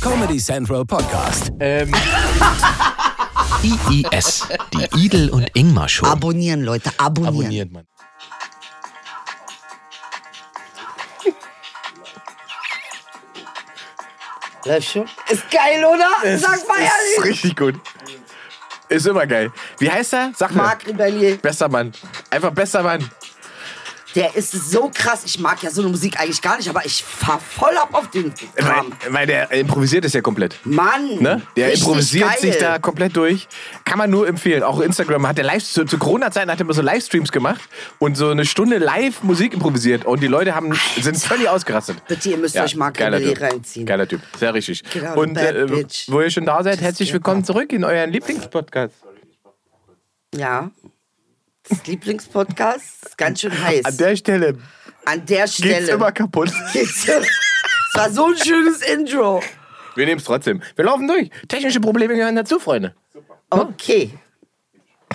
Comedy Central Podcast. Ähm, IIS, die Idel und Ingmar Show. Abonnieren, Leute, abonnieren. abonniert man. Bleib schon. Ist geil, oder? Sag mal Ist ehrlich. richtig gut. Ist immer geil. Wie heißt er? Sag mal. Marc Rebellier, Bester Mann. Einfach bester Mann. der ist so krass. Ich mag ja so eine Musik eigentlich gar nicht, aber ich fahr voll ab auf den Weil, Kram. weil der improvisiert ist ja komplett. Mann, Ne? Der richtig improvisiert geil. sich da komplett durch. Kann man nur empfehlen. Auch Instagram hat der live zu, zu Corona-Zeiten hat er immer so Livestreams gemacht und so eine Stunde live Musik improvisiert und die Leute haben, sind völlig ausgerastet. Bitte, ihr müsst euch Marc geiler Rebellier Typ. reinziehen. Geiler Typ, sehr richtig. Get out of Und bed, äh, bitch. wo ihr schon da seid, Just herzlich get willkommen up. zurück in euren Lieblingspodcast. Ja. Das Lieblingspodcast ist ganz schön heiß. An der Stelle An der geht's Stelle. immer kaputt. Geht's- Es war so ein schönes Intro. Wir nehmen es trotzdem. Wir laufen durch. Technische Probleme gehören dazu, Freunde. Okay.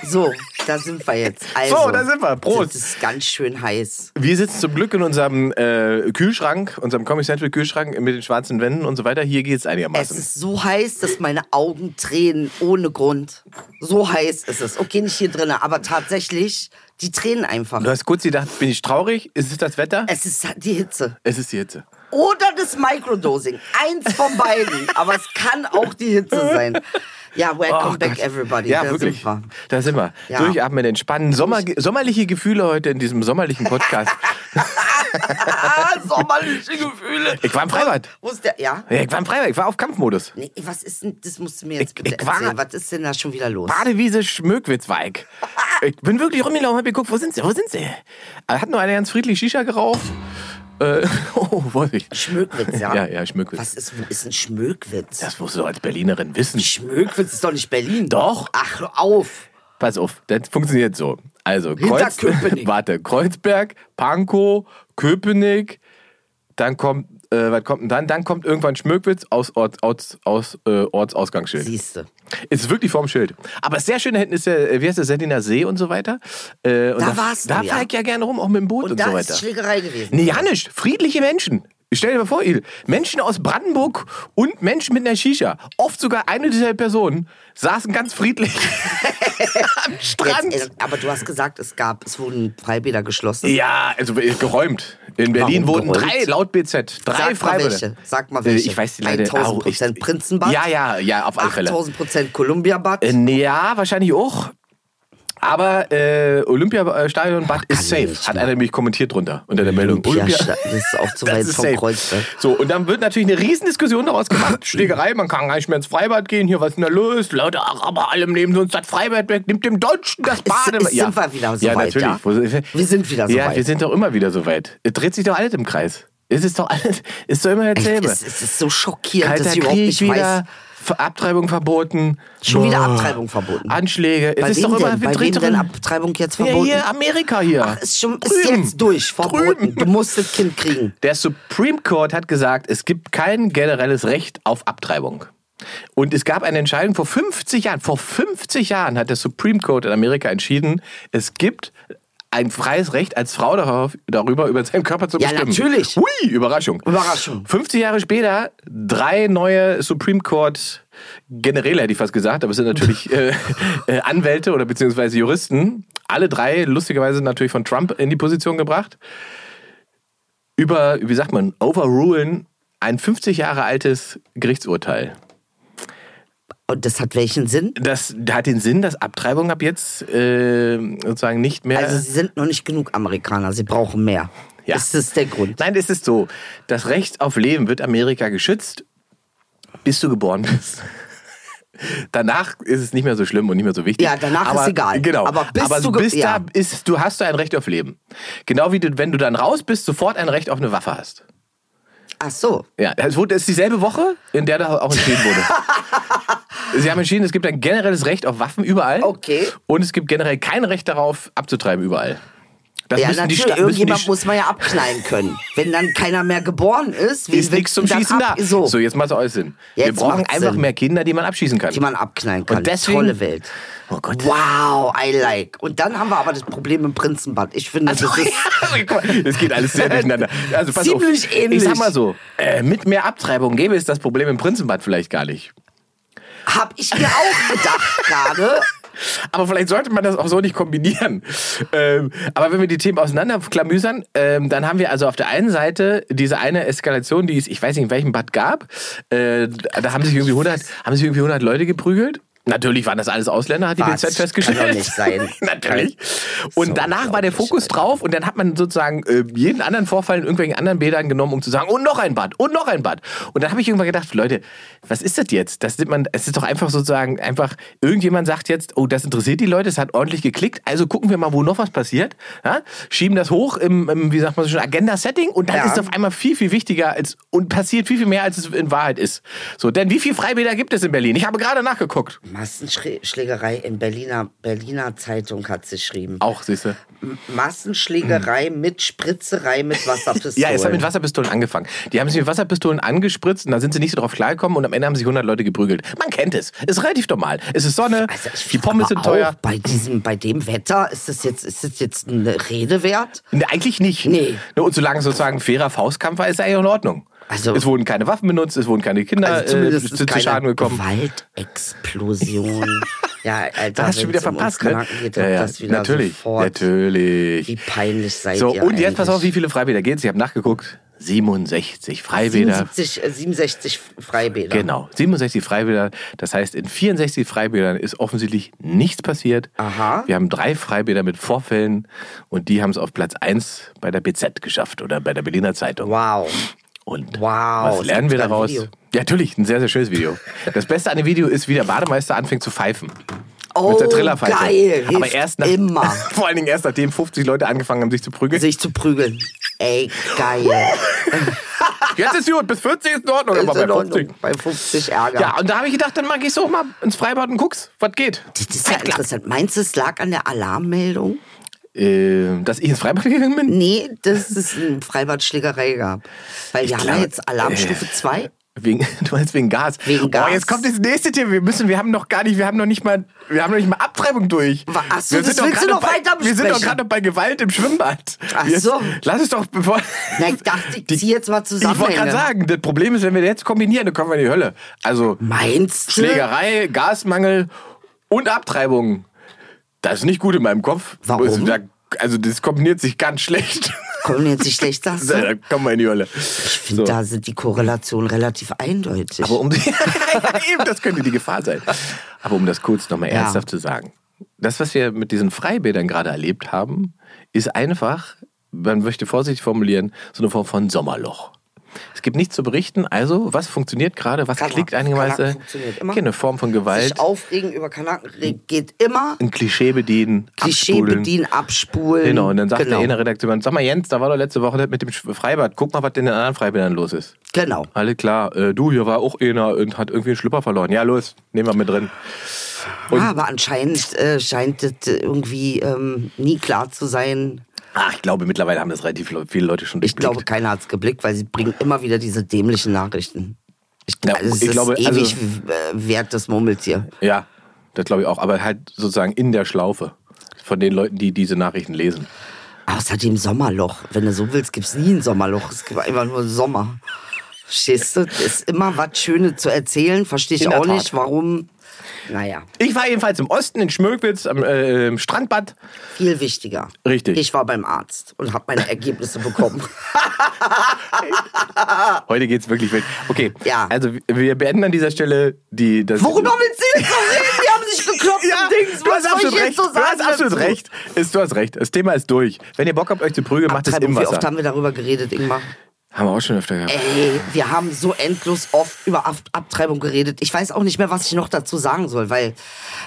So, da sind wir jetzt. Also, So, da sind wir. Prost. Das ist ganz schön heiß. Wir sitzen zum Glück in unserem äh, Kühlschrank, unserem Comic Central Kühlschrank mit den schwarzen Wänden und so weiter. Hier geht's Es einigermaßen. ist so heiß, dass meine Augen tränen ohne Grund. So heiß ist es. Okay, nicht hier drin, aber tatsächlich, die tränen einfach. Du hast kurz gedacht, bin ich traurig? Ist es das Wetter? Es ist halt die Hitze. Es ist die Hitze. Oder das Microdosing. Eins von beiden. aber es kann auch die Hitze sein. Ja, welcome Oh back, Gott. everybody. Ja, Da wirklich. Sind wir. Da sind wir. Ja. Durchatmen, entspannen. Sommer, sommerliche Gefühle heute in diesem sommerlichen Podcast. Ah, sommerliche Gefühle. ich war im Freibad. Wo ist der? Ja? Ja, Ich war im Freibad. Ich war auf Kampfmodus. Nee, was ist denn, das musst du mir jetzt Ich- bitte ich war- erzählen. Was ist denn da schon wieder los? Badewiese Schmöckwitzweig. Ich bin wirklich rumgelaufen, hab geguckt, wo sind sie? Wo sind sie? Hat nur einer ganz friedlich Shisha geraucht. Äh, oh, Vorsicht. Schmöckwitz, ja. Ja, ja, Schmöckwitz. Was ist, wo ist ein Schmöckwitz? Das musst du als Berlinerin wissen. Schmöckwitz ist doch nicht Berlin. Doch. Ach, hör auf. Pass auf, das funktioniert so. Also, Kreuz, Köpenick. warte, Kreuzberg, Pankow, Köpenick, dann kommt, äh, was kommt denn dann? Dann kommt irgendwann Schmöckwitz aus, Ort, aus, aus äh, Ortsausgangsschild. Siehste. Ist wirklich vorm Schild. Aber sehr schön da hinten ist der, äh, wie heißt der, Sendiner See und so weiter. Äh, und Da warst Da du, fahr ja. ich ja gerne rum, auch mit dem Boot und, Und, da so weiter. ist Schlägerei gewesen. Nee, Janisch, friedliche Menschen. Stell dir mal vor, Il, Menschen aus Brandenburg und Menschen mit einer Shisha, oft sogar eine dieser Personen, saßen ganz friedlich am Strand. Jetzt, äh, aber du hast gesagt, es gab, es wurden Freibäder geschlossen. ja, also äh, geräumt. In Warum Berlin wurden geräumt? drei laut BZ, drei Sag mal Freibäder. welche. Sag mal welche. Äh, Ich weiß die leider. 1000 au, ich- Prozent Prinzenbad? Ja, ja, ja, auf alle Fälle. 8000 Prozent Columbia-Bad. Äh, nee, Ja, wahrscheinlich auch. Aber äh, Olympiastadion Bad ist ich safe. nicht Hat mehr. einer nämlich kommentiert drunter unter der Meldung. Olympia- das ist auch zu Das weit ist vom ne? safe. Kreuzberg. So, und dann wird natürlich eine Riesendiskussion daraus gemacht. Schlägerei, man kann gar nicht mehr ins Freibad gehen. Hier, was ist denn da los? Leute, ach, aber allem nehmen sie uns das Freibad weg. Nimmt dem Deutschen das Ist- Bade. ist- sind wir wieder so ja, weit, ja? natürlich. Ja? Wir sind wieder so ja, weit. wir sind doch immer wieder so weit. Es dreht sich doch alles im Kreis. Es ist doch alles, ist doch immer dasselbe. es, es ist so schockierend, Kalter dass ich überhaupt Krieg nicht wieder, weiß. Ver- Abtreibung verboten. Schon wieder Boah. Abtreibung verboten. Anschläge. Bei es ist wem doch immer, denn? wir Bei wem treten denn in- Abtreibung jetzt Ja, verboten? Hier, Amerika hier. Ach, ist, schon, ist Drüben. jetzt durch, verboten. Drüben. Du musst das Kind kriegen. Der Supreme Court hat gesagt, es gibt kein generelles Recht auf Abtreibung. Und es gab eine Entscheidung vor 50 Jahren. Vor 50 Jahren hat der Supreme Court in Amerika entschieden, es gibt ein freies Recht als Frau darauf, darüber, über seinen Körper zu Ja, bestimmen. natürlich. Hui, Überraschung. Überraschung. 50 Jahre später drei neue Supreme Court Generäle, hätte ich fast gesagt, aber es sind natürlich äh, äh, Anwälte oder beziehungsweise Juristen. Alle drei lustigerweise natürlich von Trump in die Position gebracht. Über, wie sagt man, overrulen ein 50 Jahre altes Gerichtsurteil. Und das hat welchen Sinn? Das hat den Sinn, dass Abtreibung ab jetzt äh, sozusagen nicht mehr. Also sie sind noch nicht genug Amerikaner, sie brauchen mehr. Ja. Ist das der Grund? Nein, es ist so. Das Recht auf Leben wird Amerika geschützt, bis du geboren bist. Danach ist es nicht mehr so schlimm und nicht mehr so wichtig. Ja, danach aber, ist egal. Genau. Aber bis du ge- bis ja. da ist, du hast du ein Recht auf Leben. Genau wie du, wenn du dann raus bist, sofort ein Recht auf eine Waffe hast. Ach so. Ja, es wurde- es ist dieselbe Woche, in der da auch entschieden wurde. Sie haben entschieden, es gibt ein generelles Recht auf Waffen überall. Okay. Und es gibt generell kein Recht darauf, abzutreiben überall. Das ja, müssen die natürlich, Sta- müssen die irgendjemand Sch- muss man ja abknallen können. Wenn dann keiner mehr geboren ist, wen ist nichts willst du zum dann Schießen ab- da. So, so, jetzt macht es alles Sinn. Wir Jetzt brauchen macht's einfach Sinn. mehr Kinder, die man abschießen kann. die man abknallen kann. Und deswegen- Tolle Welt. Oh Gott. Wow, I like. Und dann haben wir aber das Problem im Prinzenbad. Ich finde, das ist Also, Guck mal, Es geht alles sehr durcheinander. Also pass Ziemlich auf. ähnlich. Ich sag mal so, äh, mit mehr Abtreibung gäbe es das Problem im Prinzenbad vielleicht gar nicht. Hab ich mir auch gedacht gerade. Aber vielleicht sollte man das auch so nicht kombinieren. Ähm, aber wenn wir die Themen auseinanderklamüsern, ähm, dann haben wir also auf der einen Seite diese eine Eskalation, die es, ich weiß nicht, in welchem Bad gab. Äh, da haben sich irgendwie 100, haben sich irgendwie 100 Leute geprügelt. Natürlich waren das alles Ausländer, hat die Was? BZ festgestellt. Kann doch nicht sein. Natürlich. Und So danach war der unglaublich, Fokus Alter. drauf und dann hat man sozusagen äh, jeden anderen Vorfall in irgendwelchen anderen Bädern genommen, um zu sagen, und noch ein Bad, und noch ein Bad. Und dann habe ich irgendwann gedacht, Leute, was ist das jetzt? Das nimmt man, es ist doch einfach sozusagen einfach, irgendjemand sagt jetzt, oh, das interessiert die Leute, es hat ordentlich geklickt, also gucken wir mal, wo noch was passiert. Ja? Schieben das hoch im, im, wie sagt man so schon, Agenda-Setting und dann Ja. ist es auf einmal viel, viel wichtiger als, und passiert viel, viel mehr, als es in Wahrheit ist. So, denn wie viele Freibäder gibt es in Berlin? Ich habe gerade nachgeguckt. Massenschlägerei in Berliner, Berliner Zeitung hat sie geschrieben. Auch, siehst du. Massenschlägerei mit Spritzerei mit Wasserpistolen. Ja, es hat mit Wasserpistolen angefangen. Die haben sich mit Wasserpistolen angespritzt und da sind sie nicht so drauf klargekommen und am Ende haben sich 100 Leute geprügelt. Man kennt es. Ist relativ normal. Es ist Sonne, Also ich die frag Pommes mal sind auf, teuer. Bei, diesem, bei dem Wetter ist das jetzt, ist das jetzt eine Rede wert? Nee, eigentlich nicht. Nee. Ne, Und solange es sozusagen ein fairer Faustkampf war, ist eigentlich in Ordnung. Also- es wurden keine Waffen benutzt, es wurden keine Kinder Also zumindest äh, ist zu, zu keine Schaden gekommen. Gewaltexplosion. ja, Alter, Da hast du schon wenn's wieder um uns verpasst, ne? Kanaken Geht, ja, Das wieder natürlich, Sofort. natürlich. Wie peinlich seid so, ihr und jetzt pass eigentlich? auf, wie viele Freibäder geht's? Ich habe nachgeguckt. 67 Freibäder. 77, äh, 67 Freibäder. Genau, 67 Freibäder. Das heißt, in 64 Freibädern ist offensichtlich nichts passiert. Aha. Wir haben drei Freibäder mit Vorfällen und die haben es auf Platz 1 bei der BZ geschafft oder bei der Berliner Zeitung. Wow. Und Wow, was es lernen wir gibt ein daraus? Video. Ja, natürlich, ein sehr, sehr schönes Video. Das Beste an dem Video ist, wie der Bademeister anfängt zu pfeifen. Oh, mit der Trillerpfeife. geil. Aber Hilft erst nach, immer. Vor allen Dingen erst, nachdem 50 Leute angefangen haben, sich zu prügeln. sich zu prügeln. Ey, geil. Jetzt ist gut, bis 40 ist in Ordnung, aber Ist bei in 50. Ordnung. Bei 50 Ärger. Ja, und da habe ich gedacht, dann gehst du auch mal ins Freibad und guckst, was geht. Das ist ja interessant. Meinst du, es lag an der Alarmmeldung? Ähm, dass ich ins Freibad gegangen bin? Nee, dass es eine Freibadschlägerei gab. Weil wir haben ja glaub- jetzt Alarmstufe äh. 2. Wegen, du meinst wegen Gas. Wegen Oh, Gas. jetzt kommt das nächste Thema. Wir müssen, wir haben noch gar nicht, wir haben noch nicht mal, wir haben noch nicht mal Abtreibung durch. Wa- ach so, wir das sind doch willst du gerade noch bei, weiter Wir sind doch besprechen. gerade noch bei Gewalt im Schwimmbad. Ach so. Lass es doch, bevor. Na, ich dachte, ich Die- zieh jetzt mal Ich wollte gerade Zusammenhänge. sagen, das Problem ist, wenn wir das jetzt kombinieren, dann kommen wir in die Hölle. Also Meinst du? Schlägerei, Gasmangel und Abtreibung. Das ist nicht gut in meinem Kopf. Warum? Also, da, also das kombiniert sich ganz schlecht. Kommen jetzt nicht schlecht das? So, da kommen wir in die Hölle. Ich finde, da sind die Korrelationen relativ eindeutig. Aber um eben, das könnte die Gefahr sein. Aber um das kurz nochmal Ja. ernsthaft zu sagen. Das, was wir mit diesen Freibädern gerade erlebt haben, ist einfach, man möchte vorsichtig formulieren, so eine Form von Sommerloch. Es gibt nichts zu berichten, also was funktioniert gerade, was Kann man. klickt einigermaßen. Kann funktioniert immer. Keine Form von Gewalt, Sich aufregen über Kanaken regt- geht immer. ein Klischee bedienen, Klischee abspulen. bedienen, abspulen. Genau, und dann sagt genau. der innere Redakteur, sag mal Jens, da war doch letzte Woche das mit dem Sch- Freibad, guck mal, was in den anderen Freibädern los ist. Genau. Alle klar, äh, du, hier war auch einer und hat irgendwie einen Schlüpper verloren. Ja, los, nehmen wir mit drin. Ah, ja, aber anscheinend äh, scheint das äh, irgendwie ähm, nie klar zu sein. Ach, ich glaube, mittlerweile haben das relativ le- viele Leute schon Ich durchblickt. glaube, keiner hat es geblickt, weil sie bringen immer wieder diese dämlichen Nachrichten. Ich, Ja, also es ich ist glaube, also- ewig äh, wert das Murmeltier. Ja, das glaube ich auch. Aber halt sozusagen in der Schlaufe von den Leuten, die diese Nachrichten lesen. Außerdem Sommerloch. Wenn du so willst, gibt es nie ein Sommerloch. Es gibt einfach nur Sommer. Verstehst du? Das ist immer was Schönes zu erzählen. Verstehe ich In der auch Tat. nicht, warum. Naja, Ich war jedenfalls im Osten, in Schmöckwitz, am äh, im Strandbad. viel wichtiger. Richtig. Ich war beim Arzt und habe meine Ergebnisse bekommen. Heute geht's wirklich wild. Okay, Ja. also w- wir beenden an dieser Stelle die... Das Worüber willst du jetzt noch reden? Die haben sich gekloppt Ja, im Dings. du Was hast soll ich jetzt absolut recht. so Du sagen? hast absolut dazu? recht. Ist, du hast recht. Das Thema ist durch. Wenn ihr Bock habt, euch zu prügeln, macht es im Abtreibung, wie oft Wasser. haben wir darüber geredet, Ingmar? Haben wir auch schon öfter gehabt. Ey, wir haben so endlos oft über Ab Abtreibung geredet. Ich weiß auch nicht mehr, was ich noch dazu sagen soll, weil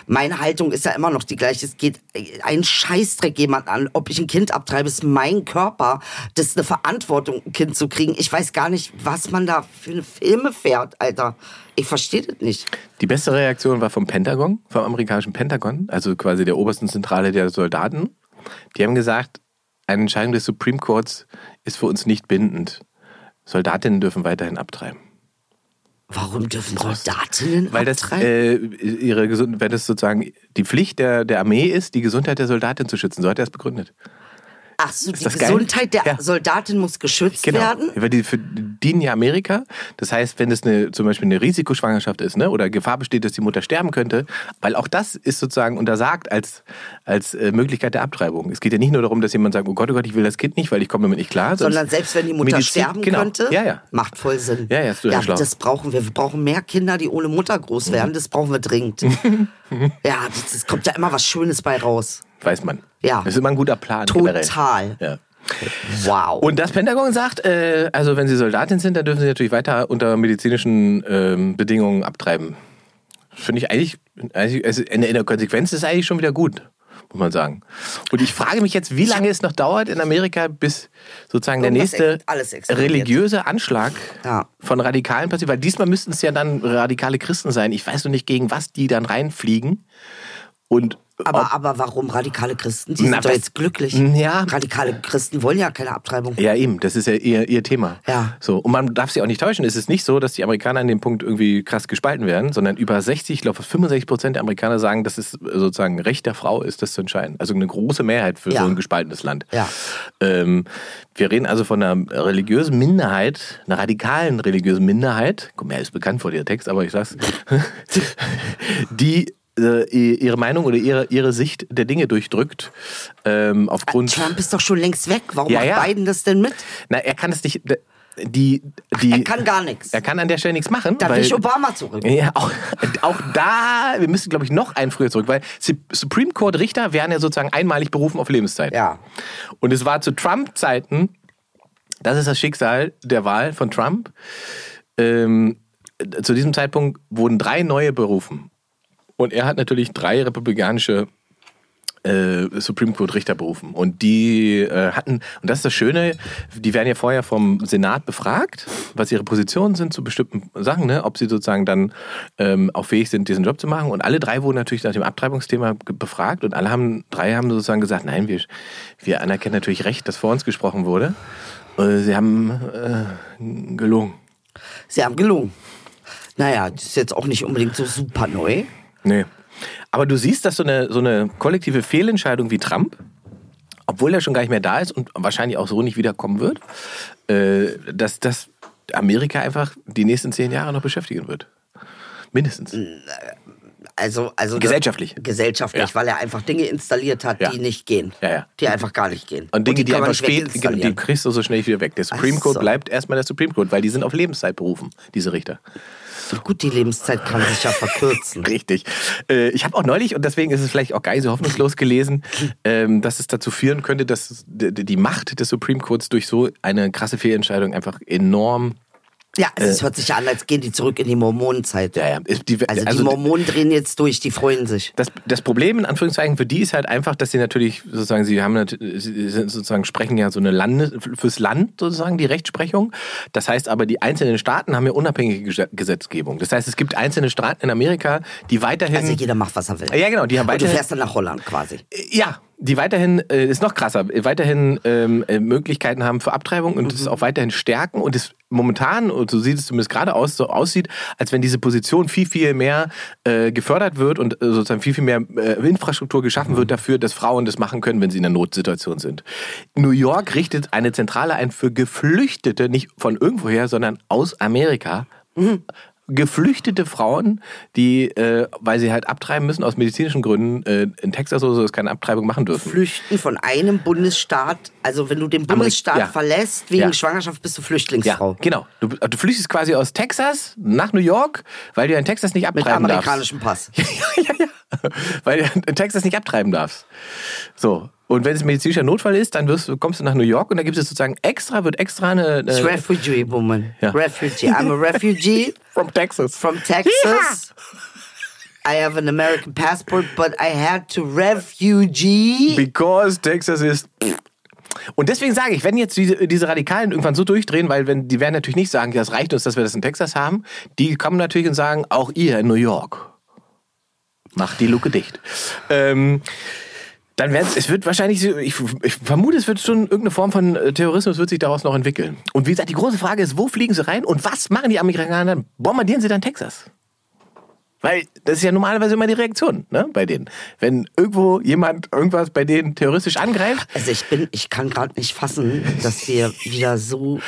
meine Haltung ist ja immer noch die gleiche. Es geht einen Scheißdreck jemand an, ob ich ein Kind abtreibe. Es ist mein Körper. Das ist eine Verantwortung, ein Kind zu kriegen. Ich weiß gar nicht, was man da für eine Filme fährt, Alter. Ich verstehe das nicht. Die beste Reaktion war vom Pentagon, vom amerikanischen Pentagon, also quasi der obersten Zentrale der Soldaten. Die haben gesagt, Eine Entscheidung des Supreme Courts ist für uns nicht bindend. Soldatinnen dürfen weiterhin abtreiben. Warum dürfen Soldatinnen Weil das, abtreiben? äh, ihre Gesund wenn das sozusagen die Pflicht der, der Armee ist, die Gesundheit der Soldatin zu schützen. So hat er es begründet. Ach so, die das geil? Gesundheit der Ja. Genau. Soldatin muss geschützt werden? Weil die für die dienen ja Amerika. Das heißt, wenn es eine, zum Beispiel eine Risikoschwangerschaft ist, ne, oder Gefahr besteht, dass die Mutter sterben könnte, weil auch das ist sozusagen untersagt als, als äh, Möglichkeit der Abtreibung. Es geht ja nicht nur darum, dass jemand sagt, oh Gott, oh Gott, ich will das Kind nicht, weil ich komme damit nicht klar. sonst- Sondern selbst wenn die Mutter Medizin- sterben genau. könnte, Ja, ja. macht voll Sinn. Ja, ja, hast du Mhm. ja schlau. das brauchen wir. Wir brauchen mehr Kinder, die ohne Mutter groß werden. Das brauchen wir dringend. ja, das, das kommt da immer was Schönes bei raus. Weiß man. Ja. Das ist immer ein guter Plan Total. generell. Ja. Wow. Und das Pentagon sagt, äh, also wenn Sie Soldatin sind, dann dürfen Sie natürlich weiter unter medizinischen ähm, Bedingungen abtreiben. Finde ich eigentlich, eigentlich also in, der- in der Konsequenz ist eigentlich schon wieder gut, muss man sagen. Und ich frage mich jetzt, wie lange es noch dauert in Amerika, bis sozusagen der Irgendwas nächste ex- alles explodiert. religiöse Anschlag Ja. von Radikalen passiert. Weil diesmal müssten es ja dann radikale Christen sein. Ich weiß noch nicht, gegen was die dann reinfliegen. Und aber, aber warum radikale Christen? Die Na, sind doch was- jetzt glücklich. Ja. Radikale Christen wollen ja keine Abtreibung. Ja, eben, das ist ja ihr, ihr Thema. Hm. Ja. So, und man darf sie auch nicht täuschen. Es ist nicht so, dass die Amerikaner an dem Punkt irgendwie krass gespalten werden, sondern über 60, ich glaube 65 Prozent der Amerikaner sagen, dass es sozusagen Recht der Frau ist, das zu entscheiden. Also eine große Mehrheit für Ja. so ein gespaltenes Land. Ja. Ähm, wir reden also von einer religiösen Minderheit, einer radikalen religiösen Minderheit, guck mir ist bekannt vor dir der Text, aber ich sag's, die äh, ihre Meinung oder ihre, ihre Sicht der Dinge durchdrückt ähm, aufgrund... Trump ist doch schon längst weg. Warum Ja, macht ja. Biden das denn mit? Na, er kann es nicht. Die, die, er kann gar nichts. Er kann an der Stelle nichts machen. Da will weil, ich Obama zurück. Ja, auch, auch da, wir müssen, glaube ich, noch einen früher zurück, weil Su- Supreme Court Richter werden ja sozusagen einmalig berufen auf Lebenszeit. Ja. Und es war zu Trump-Zeiten, das ist das Schicksal der Wahl von Trump. Ähm, zu diesem Zeitpunkt wurden drei neue berufen. Und er hat natürlich drei republikanische äh, Supreme Court Richter berufen. Und die äh, hatten, und das ist das Schöne, die werden ja vorher vom Senat befragt, was ihre Positionen sind zu bestimmten Sachen, ne? ob sie sozusagen dann ähm, auch fähig sind, diesen Job zu machen. Und alle drei wurden natürlich nach dem Abtreibungsthema ge- befragt und alle haben, drei haben sozusagen gesagt, nein, wir, wir anerkennen natürlich recht, dass vor uns gesprochen wurde. Äh, Sie haben äh, gelungen. Sie haben gelungen. Naja, das ist jetzt auch nicht unbedingt so super neu. Nee. Aber du siehst, dass so eine, so eine kollektive Fehlentscheidung wie Trump, obwohl er schon gar nicht mehr da ist und wahrscheinlich auch so nicht wiederkommen wird, äh, dass das Amerika einfach die nächsten zehn Jahre noch beschäftigen wird. Mindestens. Mhm. Also, also Gesellschaftlich. Gesellschaftlich, Ja. weil er einfach Dinge installiert hat, Ja. die nicht gehen. Ja, ja. Die einfach gar nicht gehen. Und Dinge, die, kann man einfach nicht spät, genau, die weginstallieren. kriegst du so schnell nicht wieder weg. Der Supreme Court so. bleibt erstmal der Supreme Court, weil die sind auf Lebenszeit berufen, diese Richter. Gut, die Lebenszeit kann sich ja verkürzen. Richtig. Äh, ich habe auch neulich, und deswegen ist es vielleicht auch gar nicht so hoffnungslos gelesen, ähm, dass es dazu führen könnte, dass d- d- die Macht des Supreme Courts durch so eine krasse Fehlentscheidung einfach enorm. Ja, also es hört sich ja an, als gehen die zurück in die Mormonenzeit. äh. Ja, ja, ist die, Also, also die Mormonen drehen jetzt durch, die freuen sich. das, das Problem in Anführungszeichen für die ist halt einfach, dass sie natürlich sozusagen, sie haben nat- sie sind sozusagen sprechen ja so eine Lande, fürs Land sozusagen die Rechtsprechung. Das heißt aber, die einzelnen Staaten haben ja unabhängige Gese- Gesetzgebung. Das heißt, es gibt einzelne Staaten in Amerika, die weiterhin. Also jeder macht, was er will. Ähm, ja, genau, die haben Und du weiterhin. Äh, fährst dann nach Holland quasi. Ja, die weiterhin, äh, ist noch krasser, äh, weiterhin ähm, äh, Möglichkeiten haben für Abtreibung und es auch weiterhin stärken und es momentan, und so sieht es zumindest gerade aus, so aussieht, als wenn diese Position viel, viel mehr äh, gefördert wird und äh, sozusagen viel, viel mehr äh, Infrastruktur geschaffen wird dafür, dass Frauen das machen können, wenn sie in einer Notsituation sind. New York richtet eine Zentrale ein für Geflüchtete, nicht von irgendwoher, sondern aus Amerika geflüchtete Frauen, die, äh, weil sie halt abtreiben müssen aus medizinischen Gründen, äh, in Texas oder so, es keine Abtreibung machen dürfen. Flüchten von einem Bundesstaat, also wenn du den Bundesstaat ja. verlässt wegen Ja. Schwangerschaft, bist du ja, Flüchtlingsfrau. genau. Du, du flüchtest quasi aus Texas nach New York, weil du ja in Texas nicht Mit abtreiben darfst. amerikanischem Pass. Ja, ja, ja, ja. Weil du in Texas nicht abtreiben darfst. So. Und wenn es ein medizinischer Notfall ist, dann wirst, du- kommst du nach New York und da gibt es sozusagen extra, wird extra eine... It's eine refugee woman. Ja. Refugee. I'm a refugee from Texas. from Texas. I have an American passport, but I had to refugee. Because Texas ist. Und deswegen sage ich, wenn jetzt diese, diese Radikalen irgendwann so durchdrehen, weil wenn, die werden natürlich nicht sagen, das reicht uns, dass wir das in Texas haben, die kommen natürlich und sagen, auch ihr in New York. Macht die Luke dicht. Ähm, Dann wird's, es wird wahrscheinlich, so- ich, ich vermute, es wird schon irgendeine Form von äh, Terrorismus wird sich daraus noch entwickeln. Und wie gesagt, die große Frage ist, wo fliegen sie rein und was machen die Amerikaner? Bombardieren sie dann Texas? Weil das ist ja normalerweise immer die Reaktion ne, bei denen. Wenn irgendwo jemand irgendwas bei denen terroristisch angreift, Also ich bin, ich kann gerade nicht fassen, dass wir wieder so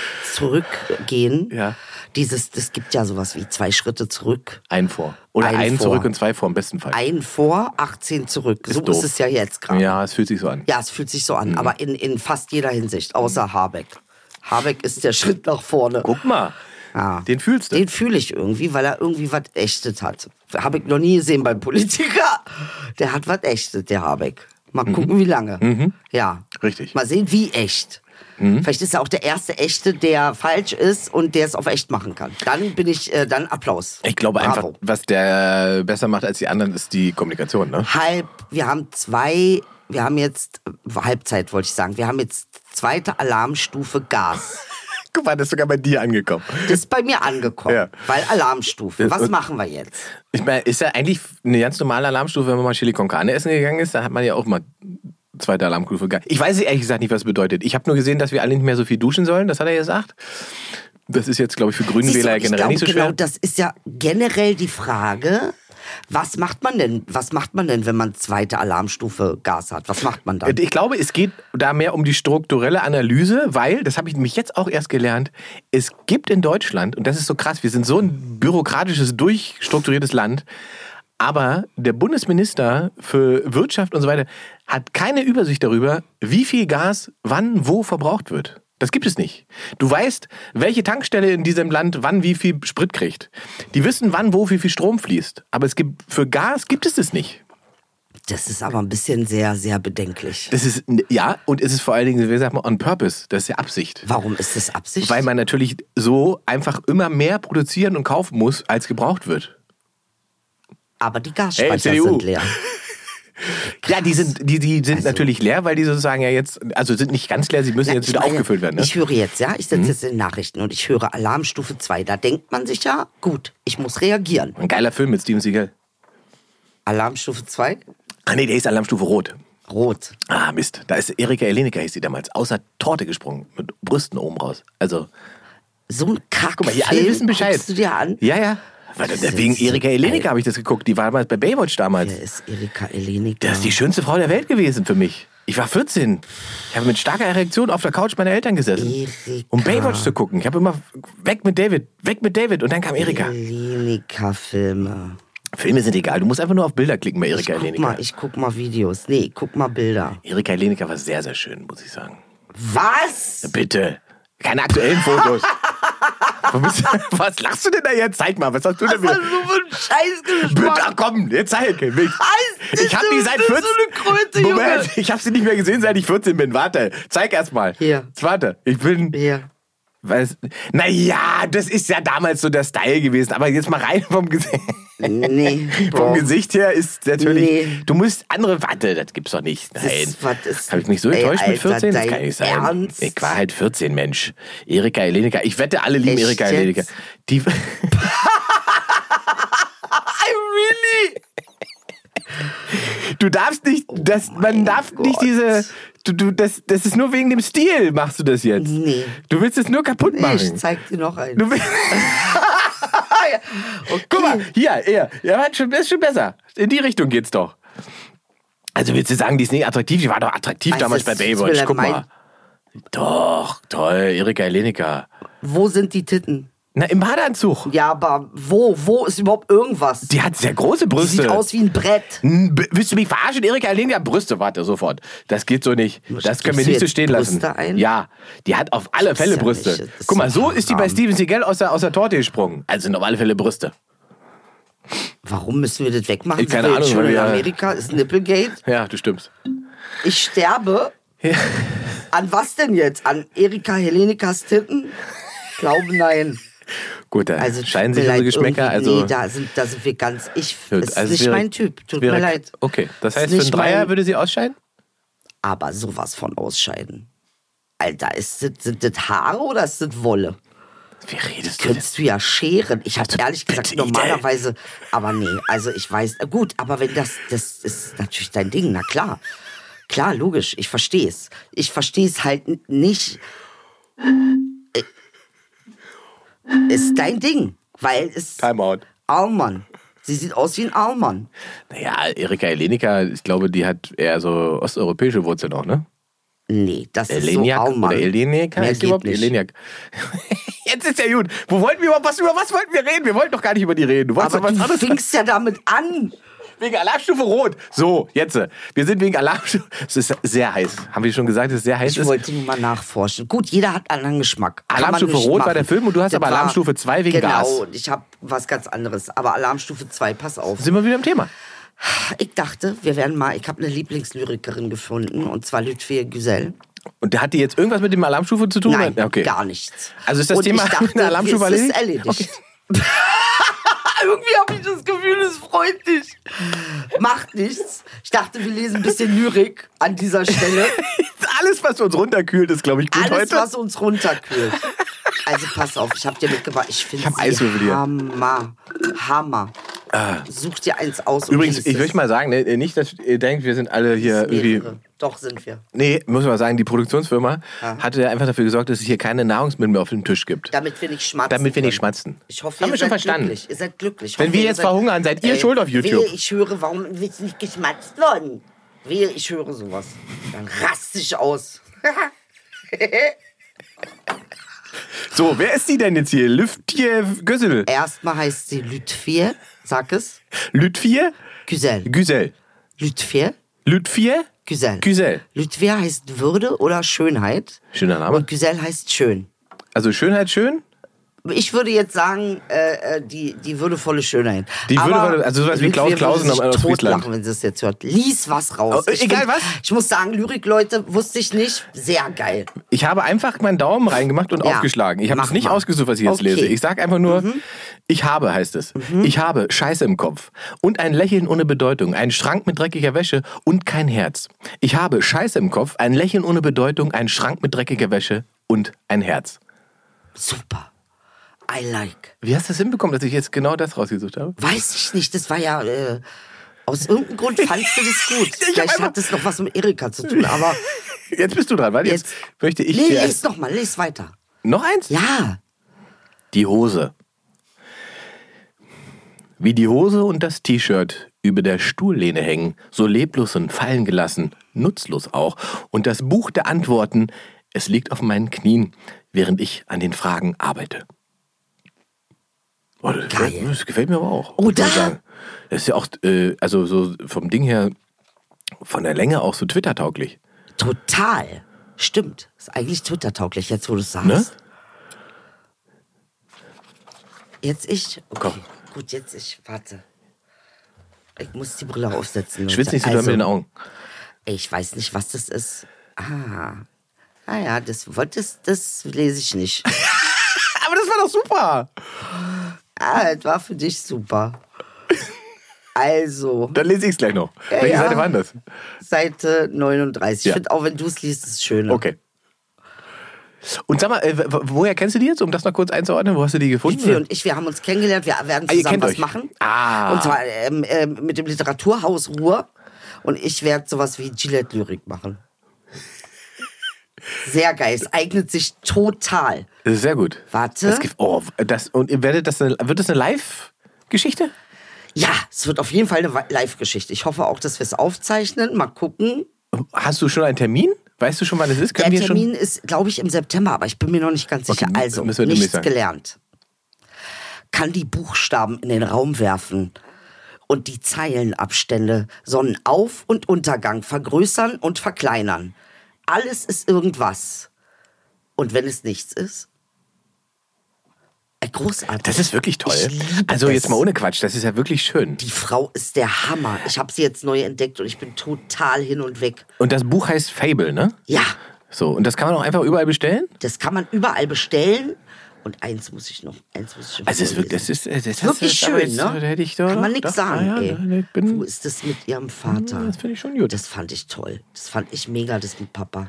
zurückgehen. Ja. Dieses, es gibt ja sowas wie zwei Schritte zurück. ein vor. Oder ein, Ein vor. zurück und zwei vor im besten Fall. Ein vor, 18 zurück. so doof. ist es ja jetzt gerade. ja, Mhm. es fühlt sich so an. Ja, es fühlt sich so an, aber in, in fast jeder Hinsicht, außer Habeck. Habeck ist der Schritt nach vorne. Guck mal, Ja. den fühlst du. Den fühle ich irgendwie, weil er irgendwie was ächtet hat. Habe ich noch nie gesehen beim Politiker. Der hat was ächtet, der Habeck. Mal gucken, wie lange. Ja. Mhm. Richtig. Mhm. Mal sehen, wie echt. Vielleicht ist er auch der erste echte, der falsch ist und der es auf echt machen kann. Dann bin ich, äh, dann Applaus. Ich glaube einfach, Bravo. was der besser macht als die anderen, ist die Kommunikation. Ne? halb, wir haben zwei, wir haben jetzt, Halbzeit wollte ich sagen, wir haben jetzt zweite Alarmstufe Gas. Guck mal, das ist sogar bei dir angekommen. Das ist bei mir angekommen, Ja. weil Alarmstufe. Was Und- machen wir jetzt? Ich meine, ist ja eigentlich eine ganz normale Alarmstufe, wenn man mal Chili con Carne essen gegangen ist, dann hat man ja auch mal zweite Alarmstufe gegangen. Ich weiß ehrlich gesagt nicht, was das bedeutet. Ich habe nur gesehen, dass wir alle nicht mehr so viel duschen sollen, das hat er gesagt. Das ist jetzt, glaube ich, für Siehst du, Grünenwähler ich generell glaube, nicht so schwer. Genau, das ist ja generell die Frage. Was macht man denn? Was macht man denn, wenn man zweite Alarmstufe Gas hat? Was macht man dann? Ich glaube, es geht da mehr um die strukturelle Analyse, weil, das habe ich nämlich jetzt auch erst gelernt, es gibt in Deutschland, und das ist so krass, wir sind so ein bürokratisches, durchstrukturiertes Land, aber der Bundesminister für Wirtschaft und so weiter hat keine Übersicht darüber, wie viel Gas wann wo verbraucht wird. Das gibt es nicht. Du weißt, welche Tankstelle in diesem Land wann wie viel Sprit kriegt. Die wissen, wann wo wie viel Strom fließt. Aber es gibt, für Gas gibt es das nicht. Das ist aber ein bisschen sehr, sehr bedenklich. Das ist, ja, und es ist vor allen Dingen, wie sagt man, on purpose. Das ist ja Absicht. Warum ist das Absicht? Weil man natürlich so einfach immer mehr produzieren und kaufen muss, als gebraucht wird. aber die Hey, Gasspeicher CDU. sind leer. Ja, die sind, die, die sind Also- natürlich leer, weil die sozusagen ja jetzt, also sind nicht ganz leer, sie müssen Na, jetzt ich wieder meine, aufgefüllt werden. Ne? Mhm. Ich höre jetzt, ja, ich sitze jetzt in den Nachrichten und ich höre Alarmstufe 2. Da denkt man sich ja, gut, ich muss reagieren. Ein geiler Film mit Steven Seagal. Alarmstufe 2, Ah nee, der ist Alarmstufe Rot. rot. Ah Mist, da ist Erika Elenika, hieß sie damals, außer Torte gesprungen, mit Brüsten oben raus. Also, So ein Kack. guck mal, hier alle wissen Bescheid. Guckst du dir an? Ja, ja. Weil, Das ist wegen so Erika Elenika geil. habe ich das geguckt, die war damals bei Baywatch damals. Hier ist Erika Elenik. Das ist die schönste Frau der Welt gewesen für mich. Ich war 14. Ich habe mit starker Erektion auf der Couch meiner Eltern gesessen, Erika. um Baywatch zu gucken. Ich habe immer weg mit David, weg mit David und dann kam Erika. Elenika-Filme. Filme sind egal, du musst einfach nur auf Bilder klicken bei Ich Erika guck, Elenika. mal, ich guck mal Videos. Nee, ich guck mal Bilder. Erika Elenika war sehr, sehr schön, muss ich sagen. Was? Bitte, keine aktuellen Fotos. Wo bist du- was lachst du denn da jetzt? Zeig mal, was hast du denn Was wieder? hast du für einen Scheiß Bitte gesprochen? komm, jetzt zeig mich. Heißt nicht Ich hab so, die seit das ist 14. so eine Kröte, Junge. Moment, ich hab sie nicht mehr gesehen, seit ich 14 bin. Warte, zeig erst mal. Hier. Jetzt Warte, ich bin. Hier. Weiß, naja, das ist ja damals so der Style gewesen. Aber jetzt mal rein vom, Ges Nee. vom boah. Gesicht her ist natürlich. Nee. Du musst andere. Warte, das gibt's doch nicht. ist- Nein. was ist- Habe ich mich so Ey, enttäuscht mit Alter, 14? Das dein kann nicht sein. Ernst? Ich war halt 14, Mensch. Erika Elenika. Ich wette, alle lieben Echt Erika Elenika. jetzt? Die. Really? Du darfst nicht, das, man Oh mein darf nicht Gott. diese, du, du, das, das ist nur wegen dem Stil machst du das jetzt. Nee. Du willst es nur kaputt Nee, ich machen. zeig dir noch einen. Du willst, Okay. guck mal, hier, er, ja, hat schon, ist schon besser. In die Richtung geht's doch. Also willst du sagen, die ist nicht attraktiv? Die war doch attraktiv Also damals bei es ist Baywatch. mir Guck mein- mal. Doch, toll, Erika Elenika. Wo sind die Titten? Na, im Badeanzug. Ja, aber wo? Wo ist überhaupt irgendwas? Die hat sehr große Die Brüste. sieht aus wie ein Brett. N- b- Willst du mich verarschen? Erika Lindia, Brüste, warte, sofort. Das geht so nicht. Das können wir Gibst du nicht so jetzt stehen lassen. Brüste ein? Ja, die hat auf alle Gibt's Fälle ja Brüste. nicht, das ist Guck mal, so so ist die bei arm. Steven Seagal aus der, aus der Torte gesprungen. Also sind auf alle Fälle Brüste. Warum müssen wir das wegmachen? Ich- keine Sind wir Ahnung, jetzt Schon weil in wir- Amerika ist Nipplegate. Ja, du stimmst. Ich sterbe. An was denn jetzt? An Erika Helenikas Titten? Ich glaube, nein. Gut, dann Also, scheinen tut sich mir unsere leid, Geschmäcker. irgendwie, Also, nee, da sind, da sind wir ganz. Ich Gut, ist also nicht wäre- mein Typ. Tut wäre- mir leid. Okay, das Ist heißt, für einen nicht Dreier mein- würde sie ausscheiden? Aber sowas von ausscheiden. Alter, ist das, sind das Haare oder ist das Wolle? Wie redest du denn? Könntest du ja scheren. Ich habe Also ehrlich gesagt bitte, Idel. normalerweise, aber nee, also ich weiß, gut, aber wenn das, das ist natürlich dein Ding, na klar. Klar, logisch, ich verstehe es. Ich verstehe es halt n- nicht. Äh, Ist dein Ding, weil es Timeout. Alman. Sie sieht aus wie ein Alman. Naja, Erika Elenika, ich glaube, die hat eher so osteuropäische Wurzeln auch, ne? Nee, das ist so Eleniak Alman. oder Eleniak? Mehr Heißt die überhaupt geht nicht. Eleniak? Jetzt ist ja gut. Wo wollten wir überhaupt was, über was wollten wir reden? Wir wollten doch gar nicht über die reden. Du wolltest Aber doch was du anderes fingst ja damit an. Wegen Alarmstufe Rot. So, jetzt. äh, Wir sind wegen Alarmstufe. Es ist sehr heiß. Haben wir schon gesagt, es ist sehr heiß. Ich ist. wollte nur mal nachforschen. Gut, jeder hat einen anderen Geschmack. Kann man Alarmstufe nicht Rot war machen. der Film und du hast Das aber war- Alarmstufe 2 wegen genau, Gas. Genau, und ich habe was ganz anderes. Aber Alarmstufe 2, pass auf. Sind wir wieder im Thema? Ich dachte, wir werden mal, ich habe eine Lieblingslyrikerin gefunden und zwar Ludwig Güzel. Und hat die jetzt irgendwas mit dem Alarmstufe zu tun? Nein, okay. gar nichts. Also ist das und Thema ich dachte, der Alarmstufe es ist erledigt? erledigt. Irgendwie habe ich das Gefühl, es freut dich. Macht nichts. Ich dachte, wir lesen ein bisschen Lyrik an dieser Stelle. Alles, was uns runterkühlt, ist, glaube ich, gut Alles, heute. was uns runterkühlt. Also pass auf, ich habe dir mitgebracht. Ich finde hab Eiswürfel hier. Hammer. Hammer. Such dir eins aus. und Ah. Übrigens, lies ich es. möchte mal sagen, ne, nicht, dass ihr denkt, wir sind alle hier irgendwie. Mehrere. Doch sind wir. Nee, muss man sagen, die Produktionsfirma hatte ja einfach dafür gesorgt, dass es hier keine Nahrungsmittel mehr auf dem Tisch gibt. Damit wir nicht schmatzen. Damit wir nicht können. schmatzen. Ich hoffe, Haben ihr wir schon seid verstanden. glücklich. Ihr seid glücklich. Ich Wenn hoffe, wir ihr jetzt verhungern, seid ihr schuld auf YouTube. Wehe, ich höre, warum wird nicht geschmatzt worden? Wehe, ich höre sowas. Dann raste ich aus. So, wer ist die denn jetzt hier? Lüftje Gössel. Erstmal heißt sie Lütfier, sag es. Lütfie? Güzel. Güsel. Lütfier? Lütfie? Güzel. Güzel. Lütfier heißt Würde oder Schönheit. Schöner Name. Und Güzel heißt schön. Also Schönheit schön. Ich würde jetzt sagen, äh, äh, die, die würdevolle Schönheit. Die Aber würdevolle- also sowas wie Lütfier Klaus Klausen würde sich aus Friesland. totlachen, wenn sie es jetzt hört. Lies was raus. Oh, egal find- was? Ich muss sagen, Lyrik-Leute wusste ich nicht. Sehr geil. Ich habe einfach meinen Daumen reingemacht und Ja. aufgeschlagen. Ich habe Mach es nicht mal. ausgesucht, was ich jetzt Okay. Mhm. lese. Ich sage einfach nur, ich habe, heißt es. Ich habe Scheiße im Kopf und ein Lächeln ohne Bedeutung, einen Schrank mit dreckiger Wäsche und kein Herz. Ich habe Scheiße im Kopf, ein Lächeln ohne Bedeutung, einen Schrank mit dreckiger Wäsche und ein Herz. Super. I like. Wie hast du das hinbekommen, dass ich jetzt genau das rausgesucht habe? Weiß ich nicht, das war ja. Äh, aus irgendeinem Grund fandst du das gut. hab Vielleicht einfach- hat das noch was mit Erika zu tun, aber. Jetzt bist du dran, weil jetzt, Jetzt- möchte ich nee, dir lies nochmal, lies weiter. noch eins. Ja. Die Hose. Wie die Hose und das T-Shirt über der Stuhllehne hängen, so leblos und fallen gelassen, nutzlos auch, und das Buch der Antworten, es liegt auf meinen Knien, während ich an den Fragen arbeite. Oh, das, Geil. das gefällt mir aber auch. Oder? muss man sagen. Das ist ja auch, äh, also so vom Ding her, von der Länge auch so Twitter-tauglich. Total. Stimmt. Ist eigentlich Twitter-tauglich, jetzt wo du es sagst. Ne? Jetzt ich? Okay. Komm. Gut, jetzt ich. Warte. Ich muss die Brille aufsetzen. Leute. Schwitzt nicht so doll mit den Augen. ey, Ich weiß nicht, was das ist. Ah. Ah ja, das, das, das lese ich nicht. Aber das war doch super! Ah, das war für dich super. Also, Dann lese ich es gleich noch. Ja, Welche ja. Seite waren das? Seite 39. Ja. Ich finde, auch wenn du es liest, ist es schöner. Okay. Und sag mal, äh, w- w- woher kennst du die jetzt, um das noch kurz einzuordnen? Wo hast du die gefunden? Lütfi und ich, wir haben uns kennengelernt, wir werden Ah, ihr zusammen kennt was euch. machen. Ah. Und zwar ähm, ähm, mit dem Literaturhaus Ruhr. Und ich werde sowas wie Gillette-Lyrik machen. Sehr geil, es eignet sich total. das ist sehr gut. Warte. Das gibt, oh, das, und ihr werdet das eine, wird das eine Live-Geschichte? Ja, es wird auf jeden Fall eine Live-Geschichte. Ich hoffe auch, dass wir es aufzeichnen. Mal gucken. Hast du schon einen Termin? Weißt du schon, wann es ist? Der wir Termin ist, glaube ich, im September, aber ich bin mir noch nicht ganz Okay, sicher. mü- Also, müssen wir demnächst nichts sagen. gelernt. Kann die Buchstaben in den Raum werfen und die Zeilenabstände, Sonnenauf- und Untergang vergrößern und verkleinern. Alles ist irgendwas. Und wenn es nichts ist? Äh, Großartig. Das ist wirklich toll. Ich liebe Also jetzt es. mal ohne Quatsch, das ist ja wirklich schön. Die Frau ist der Hammer. Ich habe sie jetzt neu entdeckt und ich bin total hin und weg. Und das Buch heißt Fable, ne? Ja, So, und das kann man auch einfach überall bestellen? das kann man überall bestellen. Und eins muss ich noch. Eins muss ich noch Also es ist wirklich, vorlesen. das ist, das ist Wirklich das, aber schön, jetzt, ne? äh, da hätte ich doch, Kann man doch, nichts sagen, ah ja, ey. Ich bin, Hm, Wo ist das mit ihrem Vater? das finde ich schon gut. Das fand ich toll. Das fand ich mega, das mit Papa.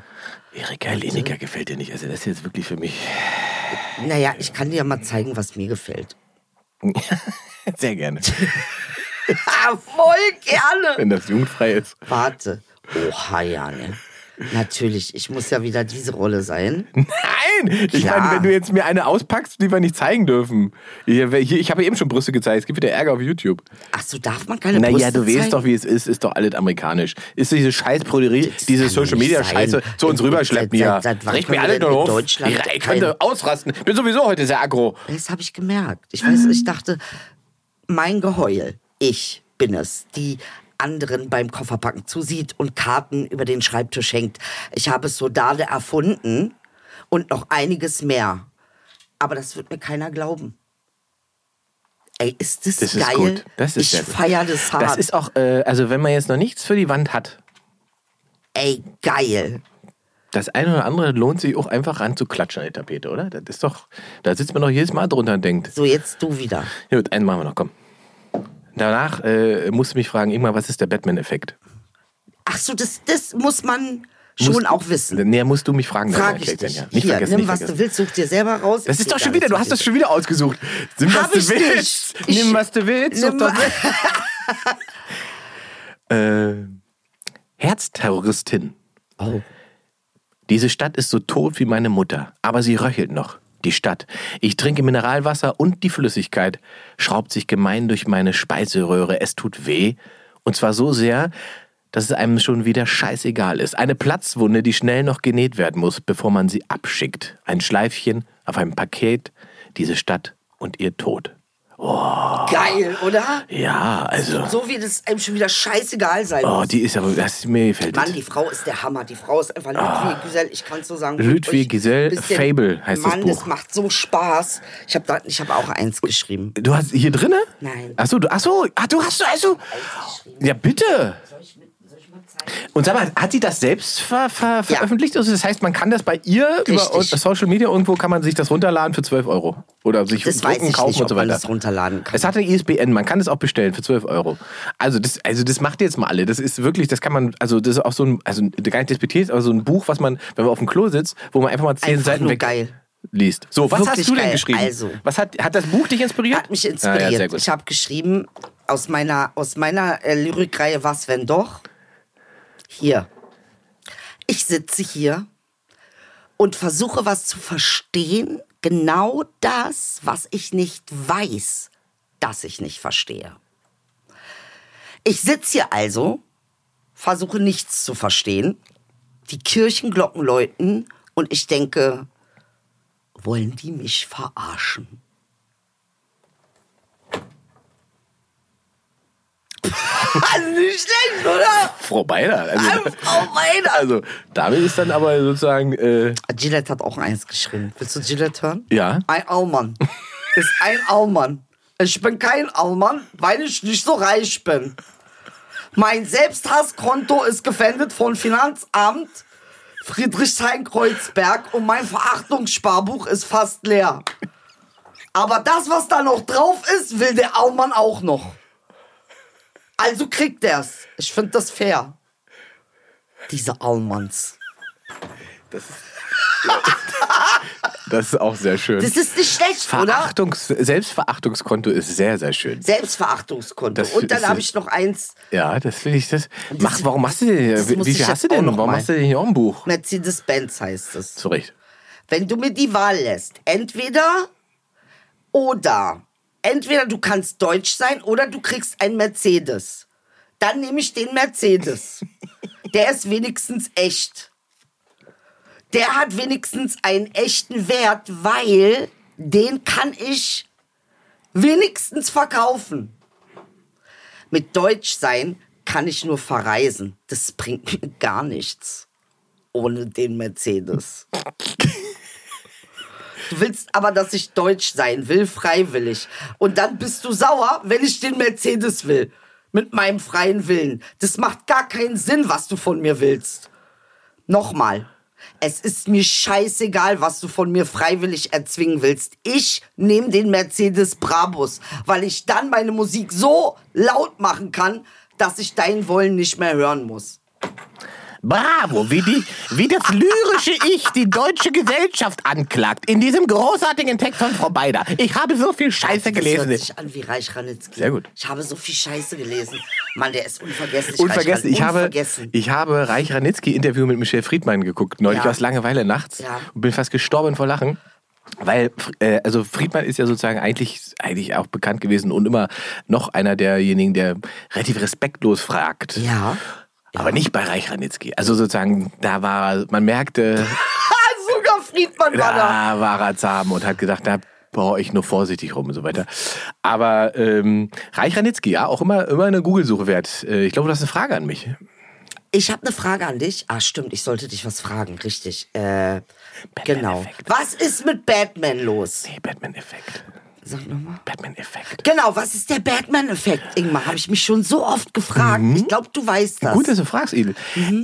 Erika Leniger gefällt dir nicht. Also das ist jetzt wirklich für mich. Naja, ich kann dir ja mal zeigen, was mir gefällt. Sehr gerne. Ah, voll gerne! Wenn das jugendfrei ist. Warte. Oha, ja, ne? Natürlich, ich muss ja wieder diese Rolle sein. Nein! Ich Klar. meine, wenn du jetzt mir eine auspackst, die wir nicht zeigen dürfen. Hier, hier, ich habe eben schon Brüste gezeigt. Es gibt wieder Ärger auf YouTube. Ach so, darf man keine Brüste Naja, du zeigen? weißt doch, wie es ist. Ist doch alles amerikanisch. Ist diese scheiß Broderie, Das diese kann doch Social nicht Media sein. Scheiße zu uns Seit- rüberschleppen seit- hier. seit wann Riecht können mir wir alle denn nur in auf. Deutschland Ich- Ich kein- könnte ausrasten. Ich bin sowieso heute sehr aggro. Das habe ich gemerkt. Ich weiß, ich Ah. dachte, mein Geheul, ich bin es, die anderen beim Kofferpacken zusieht und Karten über den Schreibtisch hängt. Ich habe Sodale erfunden und noch einiges mehr. Aber das wird mir keiner glauben. Ey, ist das, Das ist geil? gut. Das ist sehr ich gut. feiere das hart. Das ist auch, äh, also wenn man jetzt noch nichts für die Wand hat, Ey, geil. das eine oder andere lohnt sich auch einfach ranzuklatschen an die Tapete, oder? Das ist doch, da sitzt man doch jedes Mal drunter und denkt, So, jetzt du wieder. Ja, Gut, einen machen wir noch, komm. Danach äh, musst du mich fragen, Ingmar, was ist der Batman-Effekt? Ach so, das, das muss man schon Musst- auch wissen. Nee, musst du mich fragen. danach, Frag ich dich. Christian, ja. Nicht Hier, vergessen, nimm, nicht was vergessen. du willst, such dir selber raus. Das Ich ist doch seh schon gar wieder, du nichts hast mit das schon wieder ausgesucht. Nimm, was Hab du ich willst. nicht. Ich- Nimm, was du willst. Nimm- Doch, doch. äh, Herzterroristin. Oh. Diese Stadt ist so tot wie meine Mutter, aber sie röchelt noch. Die Stadt. Ich trinke Mineralwasser und die Flüssigkeit schraubt sich gemein durch meine Speiseröhre. Es tut weh. Und zwar so sehr, dass es einem schon wieder scheißegal ist. Eine Platzwunde, die schnell noch genäht werden muss, bevor man sie abschickt. Ein Schleifchen auf einem Paket. Diese Stadt und ihr Tod. Oh. Geil, oder? Ja, also. So wie das einem schon wieder scheißegal sein Oh, muss. die ist aber. Das mir gefällt. Mann, es. die Frau ist der Hammer. Die Frau ist einfach Ludwig Giselle. Ich kann es so sagen. Ah. Ludwig Euch Giselle bisschen- Fable heißt das Mann, Buch. das macht so Spaß. Ich habe da, ich habe auch eins geschrieben. Du hast hier drinne? Nein. Ach so, du, ach so, ach, du hast also. Ja, bitte. Und sag mal, hat sie das selbst ver ver veröffentlicht? Also das heißt, man kann das bei ihr über Richtig. Social Media irgendwo kann man sich das runterladen für 12 Euro. Oder sich Das weiß drucken, ich kaufen nicht, und so ob man weiter. das runterladen kann. Es hat eine ISBN, man kann es auch bestellen für 12 Euro. Also das, also das macht jetzt mal alle. Das ist wirklich, das kann man, also das ist auch so ein, also gar nicht despektiert, aber so ein Buch, was man, wenn man auf dem Klo sitzt, wo man einfach mal 10 Einfach Seiten nur weg geil. liest. So, was Wirklich hast du denn geil. geschrieben? Also. Was hat, hat das Buch dich inspiriert? Hat mich Ah, ja, inspiriert. sehr gut. ich habe geschrieben aus meiner, aus meiner äh, Lyrikreihe Was wenn doch. Hier. Ich sitze hier und versuche was zu verstehen, genau das, was ich nicht weiß, dass ich nicht verstehe. Ich sitze hier also, versuche nichts zu verstehen, die Kirchenglocken läuten und ich denke, wollen die mich verarschen? Also nicht schlecht, oder? Frau Beider. Also, Frau Beider. Also, damit ist dann aber sozusagen. Äh, Gillette hat auch eins geschrieben. Willst du Gillette hören? Ja. Ein Allmann. ist ein Allmann. Ich bin kein Allmann, weil ich nicht so reich bin. Mein Selbsthasskonto ist gefändet von Finanzamt Friedrichshain-Kreuzberg und mein Verachtungssparbuch ist fast leer. Aber das, was da noch drauf ist, will der Allmann auch noch. Also kriegt er's. Ich finde das fair. Diese Allmanns. das ist auch sehr schön. Das ist nicht schlecht, oder? Verachtungs Selbstverachtungskonto ist sehr, sehr schön. Selbstverachtungskonto. Das Und dann ist- habe ich noch eins, Ja, das finde ich. Das, mach, warum machst du denn? das muss Wie ich viel jetzt hast du auch denn? noch Warum mal. machst du denn nicht auch ein Buch? Mercedes-Benz heißt es. Zu Recht. Wenn du mir die Wahl lässt, entweder oder. Entweder du kannst deutsch sein oder du kriegst einen Mercedes. Dann nehme ich den Mercedes. Der ist wenigstens echt. Der hat wenigstens einen echten Wert, weil den kann ich wenigstens verkaufen. Mit Deutsch sein kann ich nur verreisen. Das bringt mir gar nichts. Ohne den Mercedes. Du willst aber, dass ich deutsch sein will, freiwillig. Und dann bist du sauer, wenn ich den Mercedes will. Mit meinem freien Willen. Das macht gar keinen Sinn, was du von mir willst. Nochmal. Es ist mir scheißegal, was du von mir freiwillig erzwingen willst. Ich nehme den Mercedes Brabus, weil ich dann meine Musik so laut machen kann, dass ich dein Wollen nicht mehr hören muss. Bravo, wie, die, wie das lyrische Ich die deutsche Gesellschaft anklagt. In diesem großartigen Text von Frau Beider. Ich habe so viel Scheiße Das hört sich an wie Reich Ranitzky. Sehr gut. Ich habe so viel Scheiße gelesen. Mann, der ist unvergesslich. Unvergessen. Reichmann. Ich habe, Unvergessen. ich habe Reich Ranitzky-Interview mit Michel Friedmann geguckt, neulich Ja. aus Langeweile nachts. Ja. Und bin fast gestorben vor Lachen. Weil, äh, also Friedmann ist ja sozusagen eigentlich, eigentlich auch bekannt gewesen und immer noch einer derjenigen, der relativ respektlos fragt. Ja. Aber nicht bei Reich Ranitzky. Also sozusagen, da war, man merkte, Sogar Friedmann war da. da war er zahm und hat gedacht, da brauche ich nur vorsichtig rum und so weiter. Aber ähm, Reich Ranitzky, ja, auch immer, immer eine Google-Suche wert. Äh, ich glaube, du hast eine Frage an mich. Ich habe eine Frage an dich. Ah, stimmt, ich sollte dich was fragen, richtig. Äh, genau. Effekt. Was ist mit Batman los? Nee, Batman-Effekt. Sag nochmal. Batman-Effekt. Genau, was ist der Batman-Effekt, Ingmar? Habe ich mich schon so oft gefragt. Ich glaube, du weißt das. Mhm. Gut, dass du fragst, Idel.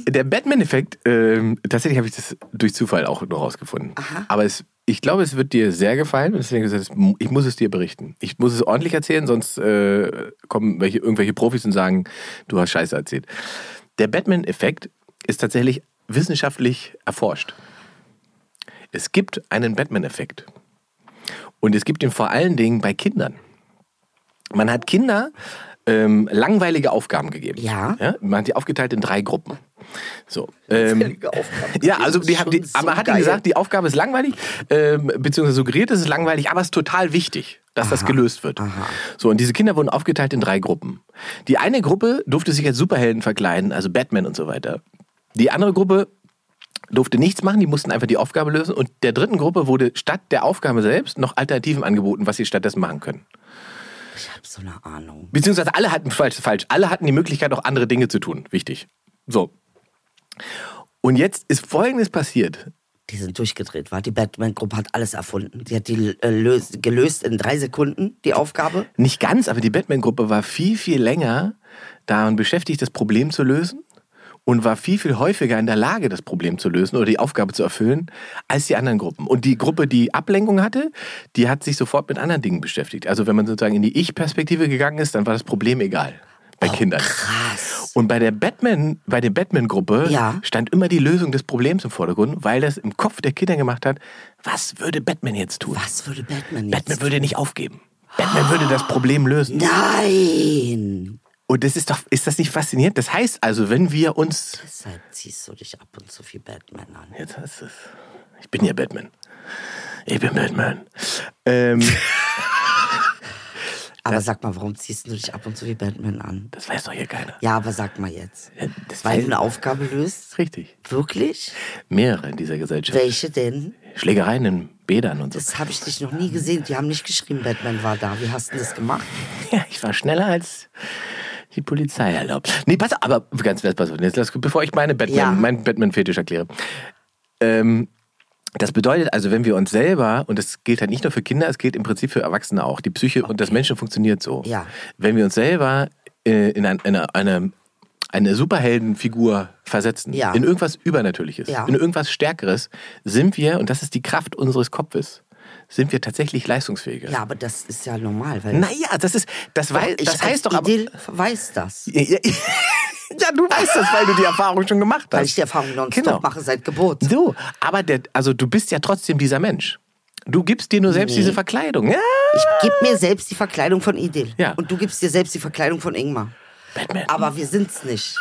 Der Batman-Effekt, ähm, tatsächlich habe ich das durch Zufall auch nur rausgefunden. Aber es, ich glaube, es wird dir sehr gefallen. Und deswegen gesagt, es mu- ich muss es dir berichten. Ich muss es ordentlich erzählen, sonst äh, kommen welche, irgendwelche Profis und sagen, du hast Scheiße erzählt. Der Batman-Effekt ist tatsächlich wissenschaftlich erforscht. Es gibt einen Batman-Effekt. Und es gibt ihn vor allen Dingen bei Kindern. Man hat Kinder ähm, langweilige Aufgaben gegeben. Ja. Man hat die aufgeteilt in drei Gruppen. So. Ähm, Völlige Aufgabe. ja, also Das die, ist haben- schon die, aber man hat ihnen geil. gesagt, die Aufgabe ist langweilig, ähm, beziehungsweise suggeriert, es ist langweilig, aber es ist total wichtig, dass das gelöst wird. So, und diese Kinder wurden aufgeteilt in drei Gruppen. Die eine Gruppe durfte sich als Superhelden verkleiden, also Batman und so weiter. Die andere Gruppe durfte nichts machen, die mussten einfach die Aufgabe lösen. Und der dritten Gruppe wurde statt der Aufgabe selbst noch Alternativen angeboten, was sie stattdessen machen können. Ich habe so eine Ahnung. Beziehungsweise alle hatten falsch, falsch. Alle hatten die Möglichkeit, auch andere Dinge zu tun. Wichtig. So. Und jetzt ist Folgendes passiert. Die sind durchgedreht, war. Die Batman-Gruppe hat alles erfunden. Die hat die äh, lös- gelöst in drei Sekunden, die Aufgabe. Nicht ganz, aber die Batman-Gruppe war viel, viel länger daran beschäftigt, das Problem zu lösen und war viel, viel häufiger in der Lage, das Problem zu lösen oder die Aufgabe zu erfüllen, als die anderen Gruppen. Und die Gruppe, die Ablenkung hatte, die hat sich sofort mit anderen Dingen beschäftigt. Also wenn man sozusagen in die Ich-Perspektive gegangen ist, dann war das Problem egal bei Kindern. Oh, Krass. Und bei der Batman, bei der Batman-Gruppe Ja. stand immer die Lösung des Problems im Vordergrund, weil das im Kopf der Kinder gemacht hat, was würde Batman jetzt tun? Was würde Batman jetzt? Ah. Batman würde nicht aufgeben. Batman würde das Problem lösen. Nein! Und das ist doch, ist das nicht faszinierend? Das heißt also, wenn wir uns. Deshalb ziehst du dich ab und zu viel Batman an. Jetzt hast du es. Ich bin ja Batman. Ich bin Batman. Ähm, Aber sag mal, warum ziehst du dich ab und zu viel Batman an? das weiß doch hier keiner. Ja, aber sag mal jetzt. Das Weil weiß du eine Aufgabe löst? Richtig. Wirklich? Mehrere in dieser Gesellschaft. Welche denn? Schlägereien in Bädern und so. Das habe ich dich noch nie gesehen. Die haben nicht geschrieben, Batman war da. Wie hast du das gemacht? Ja, ich war schneller als die Polizei erlaubt. Nee, pass auf, aber ganz pass auf, jetzt lass, bevor ich meine Batman, Ja. meinen Batman-Fetisch erkläre. Ähm, das bedeutet also, wenn wir uns selber, und das gilt halt nicht nur für Kinder, es gilt im Prinzip für Erwachsene auch, die Psyche und das Menschen funktioniert so. Ja. Wenn wir uns selber äh, in ein, eine, eine, eine Superheldenfigur versetzen, Ja. in irgendwas Übernatürliches, Ja. in irgendwas Stärkeres, sind wir, und das ist die Kraft unseres Kopfes, sind wir tatsächlich leistungsfähiger. Ja, aber das ist ja normal, weil Naja, das ist, das, wei ich das als heißt doch aber. Idyll weiß das. Ja, ja, ja, du weißt das, weil du die Erfahrung schon gemacht hast. Weil ich die Erfahrung nonstop Genau. mache seit Geburt. So, aber der, also du bist ja trotzdem dieser Mensch. Du gibst dir nur selbst diese Verkleidung. Ja. Ich gebe mir selbst die Verkleidung von Idyll. Ja. Und du gibst dir selbst die Verkleidung von Ingmar. Batman. Aber wir sind's nicht.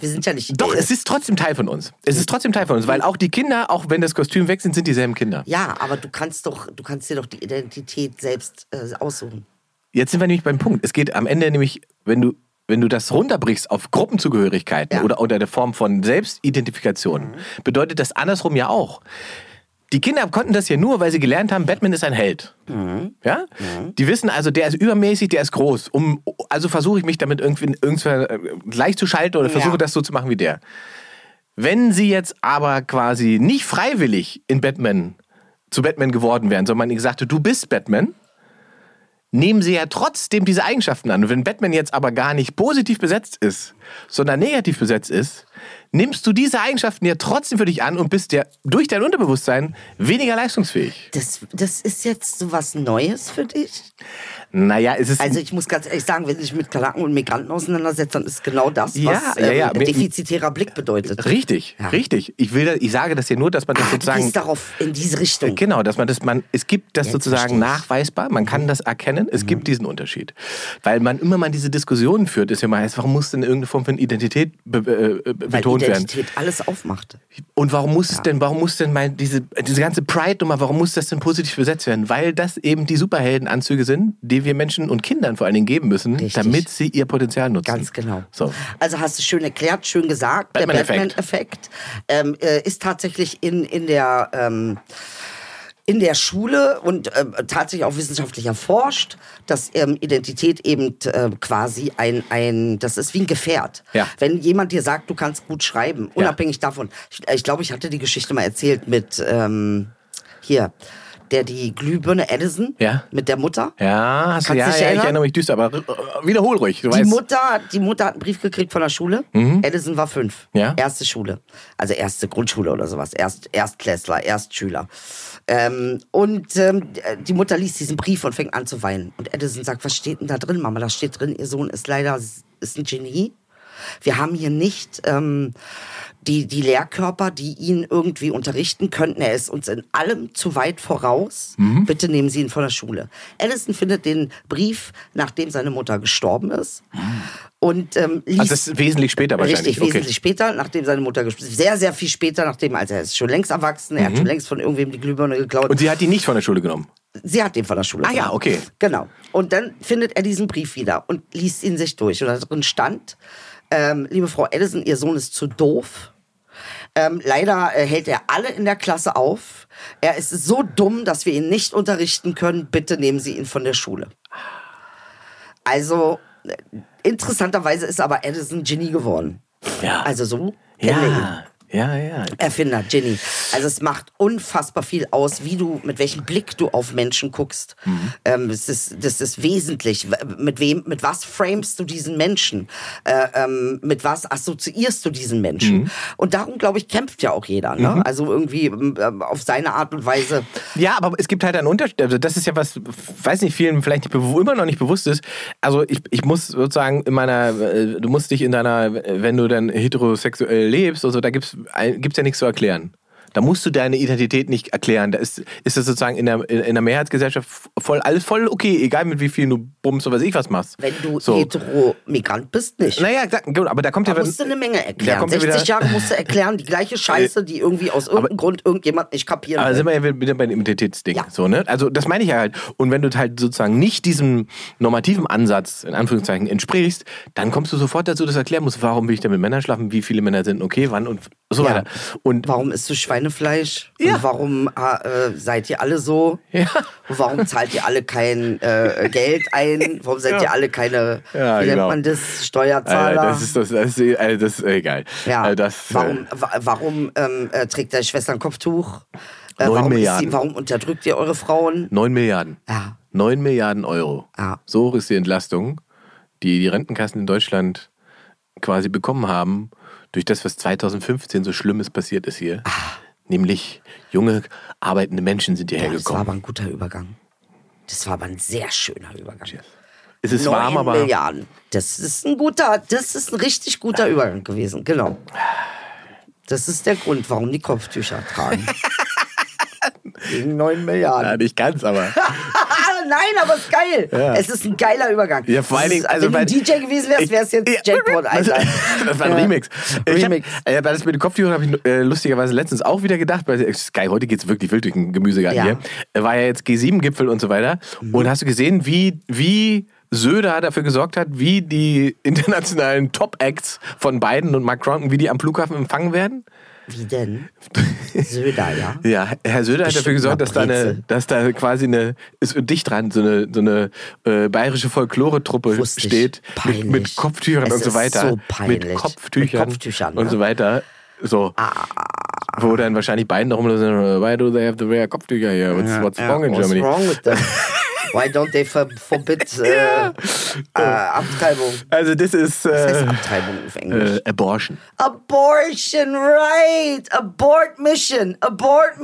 Wir sind ja nicht Doch, Idyll. es ist trotzdem Teil von uns. Es ist trotzdem Teil von uns, weil auch die Kinder, auch wenn das Kostüm weg sind, sind dieselben Kinder. Ja, aber du kannst doch, du kannst dir doch die Identität selbst äh, aussuchen. Jetzt sind wir nämlich beim Punkt. Es geht am Ende nämlich, wenn du, wenn du das runterbrichst auf Gruppenzugehörigkeiten Ja. Mhm. oder unter der Form von Selbstidentifikation, bedeutet das andersrum ja auch. Die Kinder konnten das ja nur, weil sie gelernt haben, Batman ist ein Held. Mhm. Ja? Die wissen also, der ist übermäßig, der ist groß. Um, also versuche ich mich damit irgendwie, irgendwie äh, gleichzuschalten oder versuche Ja. das so zu machen wie der. Wenn sie jetzt aber quasi nicht freiwillig in Batman zu Batman geworden wären, sondern man ihnen gesagt hätte, du bist Batman, nehmen sie ja trotzdem diese Eigenschaften an. Und wenn Batman jetzt aber gar nicht positiv besetzt ist, sondern negativ besetzt ist, nimmst du diese Eigenschaften ja trotzdem für dich an und bist ja durch dein Unterbewusstsein weniger leistungsfähig. Das, das ist jetzt so was Neues für dich? Naja, es ist. Also ich muss ganz ehrlich sagen, wenn ich mich mit Kanaken und Migranten auseinandersetze, dann ist genau das, Ja, was ja, ja. Mir- defizitärer Blick bedeutet. richtig, Ja. richtig. Ich, will da, ich sage das ja nur, dass man das Ah, du sozusagen. gehst darauf in diese Richtung. Genau, dass man das, man, es gibt das Jetzt Mhm. sozusagen verstehe ich. nachweisbar, man kann das erkennen, es gibt diesen Unterschied. Weil man immer mal diese Diskussionen führt, ist ja mal heißt, warum muss denn irgendeine Form von Identität be äh, äh, Weil betont werden? Identität alles aufmacht. Und warum muss es denn, warum muss denn mein, diese, diese ganze Pride-Nummer, warum muss das denn positiv besetzt werden? Weil das eben die Superheldenanzüge sind, die wir Menschen und Kindern vor allen Dingen geben müssen, Richtig. damit sie ihr Potenzial nutzen. Ganz genau. So. Also hast du schön erklärt, schön gesagt. der Batman-Effekt. Batman-Effekt ähm, äh, ist tatsächlich in, in der... Ähm, in der Schule und ähm, tatsächlich auch wissenschaftlich erforscht, dass ähm, Identität eben äh, quasi ein, ein, das ist wie ein Gefährt. Ja. Wenn jemand dir sagt, du kannst gut schreiben, unabhängig davon. Ich, äh, ich glaube, ich hatte die Geschichte mal erzählt mit ähm, hier, der die Glühbirne Edison Ja. mit der Mutter. Ja, Kannst hast du, ja, dich ja, ich erinnern? erinnere mich düster, aber äh, wiederhol ruhig, du Die weißt. Mutter, die Mutter hat einen Brief gekriegt von der Schule. Edison war fünf. Ja. Erste Schule. Also erste Grundschule oder sowas. Erst, Erstklässler, Erstschüler. Ähm, und ähm, die Mutter liest diesen Brief und fängt an zu weinen. Und Edison sagt, was steht denn da drin, Mama? Da steht drin, ihr Sohn ist leider ist ein Genie. Wir haben hier nicht ähm, die, die Lehrkörper, die ihn irgendwie unterrichten könnten. Er ist uns in allem zu weit voraus. Mhm. Bitte nehmen Sie ihn von der Schule. Allison findet den Brief, nachdem seine Mutter gestorben ist. Und ähm, liest Ah. Also das ist wesentlich später wahrscheinlich. Richtig, okay. wesentlich später, nachdem seine Mutter gestorben ist. Sehr, sehr viel später, nachdem, also er ist schon längst erwachsen, Mhm. er hat schon längst von irgendwem die Glühbirne geklaut. Und sie hat die nicht von der Schule genommen. Sie hat den von der Schule. Ah ja, genommen. okay. Genau. Und dann findet er diesen Brief wieder und liest ihn sich durch. Und da drin stand, ähm, liebe Frau Edison, Ihr Sohn ist zu doof. Ähm, leider äh, hält er alle in der Klasse auf. Er ist so dumm, dass wir ihn nicht unterrichten können. Bitte nehmen Sie ihn von der Schule. Also, äh, interessanterweise ist aber Edison Genie geworden. Ja. Also so. kennen wir ihn. Ja, ja, ja. Erfinder, Ginny. Also es macht unfassbar viel aus, wie du, mit welchem Blick du auf Menschen guckst. Mhm. Ähm, es ist, das ist wesentlich. Mit wem, mit was framest du diesen Menschen? Äh, ähm, mit was assoziierst du diesen Menschen? Mhm. Und darum, glaube ich, kämpft ja auch jeder. Ne? Also irgendwie ähm, auf seine Art und Weise. Ja, aber es gibt halt einen Unterschied. Also das ist ja was, weiß nicht, vielen vielleicht nicht, bewu- immer noch nicht bewusst ist. Also ich, ich muss sozusagen in meiner, äh, du musst dich in deiner, äh, wenn du dann heterosexuell lebst und so, da gibt's ein- gibt's ja nichts zu erklären. Da musst du deine Identität nicht erklären. Da ist, ist das sozusagen in der, in der Mehrheitsgesellschaft voll, alles voll okay, egal mit wie viel du bummst oder was ich was machst. Wenn du so. hetero-Migrant bist, nicht. Naja, da- gut, aber da kommt ja Da was- musst du eine Menge Da erklären. kommt ja 60 wieder- Jahre musst du erklären, die gleiche Scheiße, die irgendwie aus irgendeinem Grund irgendjemand nicht kapieren Aber will. sind wir ja wieder bei dem Identitätsding. Ja. So, ne? Also das meine ich ja halt. Und wenn du halt sozusagen nicht diesem normativen Ansatz, in Anführungszeichen, entsprichst, dann kommst du sofort dazu, dass du erklären musst, warum will ich denn mit Männern schlafen, wie viele Männer sind okay, wann und so Ja. weiter. Und Warum isst du Schweinefleisch? Ja. Und warum äh, äh, seid ihr alle so? Ja. Und warum zahlt ihr alle kein äh, Geld ein? Warum seid ihr alle keine, Ja, wie genau. nennt man das, Steuerzahler? Alter, das ist das, das, ist, Alter, das ist egal. ja. Äh, das, äh, warum wa- warum ähm, äh, trägt deine Schwester ein Kopftuch? Äh, Neun warum, ist Milliarden. Sie, warum unterdrückt ihr eure Frauen? 9 Milliarden. Ja. 9 Milliarden Euro. Ja. So hoch ist die Entlastung, die die Rentenkassen in Deutschland quasi bekommen haben, durch das, was 2015 so Schlimmes passiert ist hier. Ah. Nämlich junge, arbeitende Menschen sind hierher Boah, das war gekommen. aber ein guter Übergang. Das war aber ein sehr schöner Übergang. Es ist Neun warm, aber Milliarden. Das ist ein guter, das ist ein richtig guter Übergang gewesen, genau. Das ist der Grund, warum die Kopftücher tragen. Wegen 9 Ja, Milliarden. nicht ganz, aber. Ah, nein, aber es ist geil. Es ist ein geiler Übergang. Ja, vor allen Das ist- Dingen, also wenn du weil- DJ gewesen Ich- wärst, wärst jetzt Ja. Jackpot das, Einladen. das war ein Ja. Remix. Ich hab, Remix. äh, bei das mit den Kopftüchern habe ich äh, lustigerweise letztens auch wieder gedacht, weil es ist geil, heute geht es wirklich wild durch den Gemüsegarten Ja. Mhm. hier. Äh, War ja jetzt G7-Gipfel und so weiter. Und hast du gesehen, wie, wie Söder dafür gesorgt hat, wie die internationalen Top-Acts von Biden und Macron, wie die am Flughafen empfangen werden? Wie denn? Söder, ja. Ja, Herr Söder hat Bestimmt dafür gesorgt, eine dass da, eine, Brezel. dass da quasi eine, ist dicht dran, so eine, so eine äh, bayerische Folklore-Truppe Wusste ich. steht. Mit, mit Peinlich. Kopftüchern Es und so ist weiter. so peinlich. Mit Kopftüchern, Mit Kopftüchern, und ne? Ah. so weiter. So. Wo dann "Äh, wahrscheinlich beiden darum sind, why do they have to wear Kopftücher here? What's, what's Ja, wrong in what's Germany? wrong with them? Why don't they for, forbid äh, äh, Abtreibung? Also das ist Was heißt äh, Abtreibung auf Englisch? äh, Abortion. Abortion, right? Abort mission. Abort,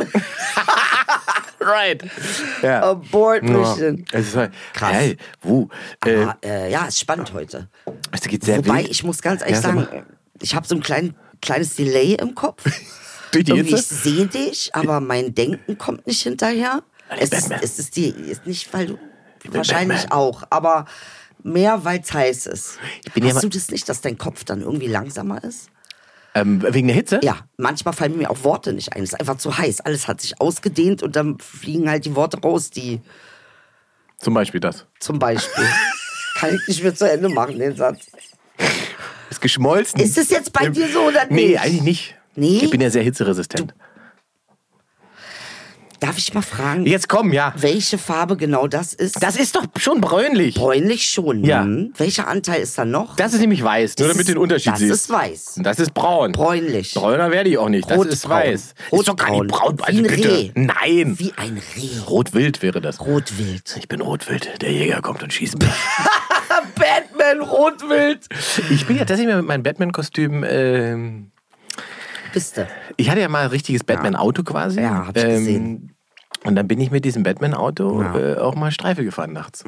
Right. Ja. abort mission. Es ist halt, Krass. Krass. Hey, wuh. Äh, Ah, äh, ja, ist spannend heute. es geht sehr Wobei, wild. ich muss ganz ehrlich Ja, sag sagen, ich habe so ein klein, kleines Delay im Kopf. Durch die Irgendwie, ich Hitze? sehe dich, aber mein Denken kommt nicht hinterher. Es ist, Batman. es ist die, ist nicht, weil du bin wahrscheinlich Batman. auch, aber mehr, weil es heiß ist. bin ja Hast mal- du das nicht, dass dein Kopf dann irgendwie langsamer ist? Ähm, wegen der Hitze? Ja, manchmal fallen mir auch Worte nicht ein. Es ist einfach zu heiß. Alles hat sich ausgedehnt und dann fliegen halt die Worte raus, die Zum Beispiel das. zum Beispiel. Kann ich nicht mehr zu Ende machen, den Satz. Ist geschmolzen. Ist es jetzt bei Ähm, dir so oder Nee, nicht? eigentlich nicht. Nee? Ich bin ja sehr hitzeresistent. Darf ich mal fragen, Jetzt komm, ja. welche Farbe genau das ist? Das ist doch schon bräunlich. bräunlich schon. Ja. hm? Welcher Anteil ist da noch? Das ist nämlich weiß, nur Das ist- damit du den Unterschied das siehst. ist weiß. Und Das ist braun. Bräunlich. Bräuner werde ich auch nicht. Das ist Rotbraun. weiß. Ist doch gar nicht Rotbraun. braun. Also Wie ein bitte. Reh. Nein. Wie ein Reh. Rotwild wäre das. Rotwild. Ich bin Rotwild. Der Jäger kommt und schießt mich. Batman Rotwild. ich bin ja tatsächlich mit meinem Batman-Kostüm. Ähm, Bist du? ich hatte ja mal ein richtiges Batman-Auto quasi. Ähm, Ja, hab ich gesehen. Und dann bin ich mit diesem Batman-Auto Ja. äh, auch mal Streife gefahren nachts.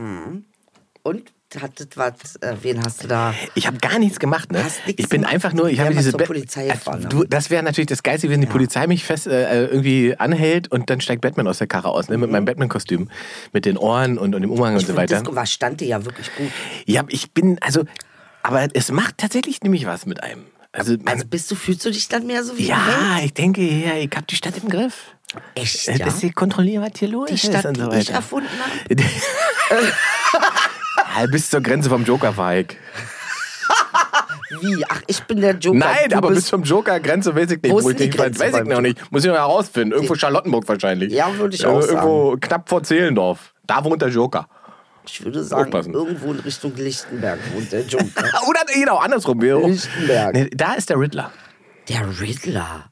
Und hattet was? Äh, wen hast du da? Ich habe gar nichts gemacht, ne? Hast nix Ich bin gemacht. einfach nur, ich Wär habe mal diese zur Bat- Polizei Äh, gefahren, ne? du, Das wäre natürlich das Geilste, wenn die Polizei mich fest äh, äh, irgendwie anhält und dann steigt Batman aus der Karre aus, ne? Mhm. Mit meinem Batman-Kostüm, mit den Ohren und, und dem Umhang und so weiter. Disco war stand dir ja wirklich gut. Ja, ich bin also, aber es macht tatsächlich nämlich was mit einem. Also, man, Also bist du, fühlst du dich dann mehr so wie ein ja, ich denke, ja, ich habe die Stadt im Griff. Held? Echt, Äh, ja? dass Sie kontrollieren, was hier los Die ist Stadt, und so die weiter. ich erfunden habe. Ja, bis zur Grenze vom Joker war ich. Wie? Ach, ich bin der Joker. Nein, du aber bis bist... zum Joker Grenze weiß ich nicht. Wo ist Muss denn die ich, weiß Grenze ich beim noch nicht. Muss ich noch herausfinden. Irgendwo Charlottenburg wahrscheinlich. Ja, würde ich Äh, auch Irgendwo knapp vor Zehlendorf. Da wohnt der Joker. Ich würde sagen, Aufpassen. irgendwo in Richtung Lichtenberg wohnt der Joker. Ah, Oder genau, andersrum. Wir- Lichtenberg. Nee, da ist der Riddler. Der Riddler.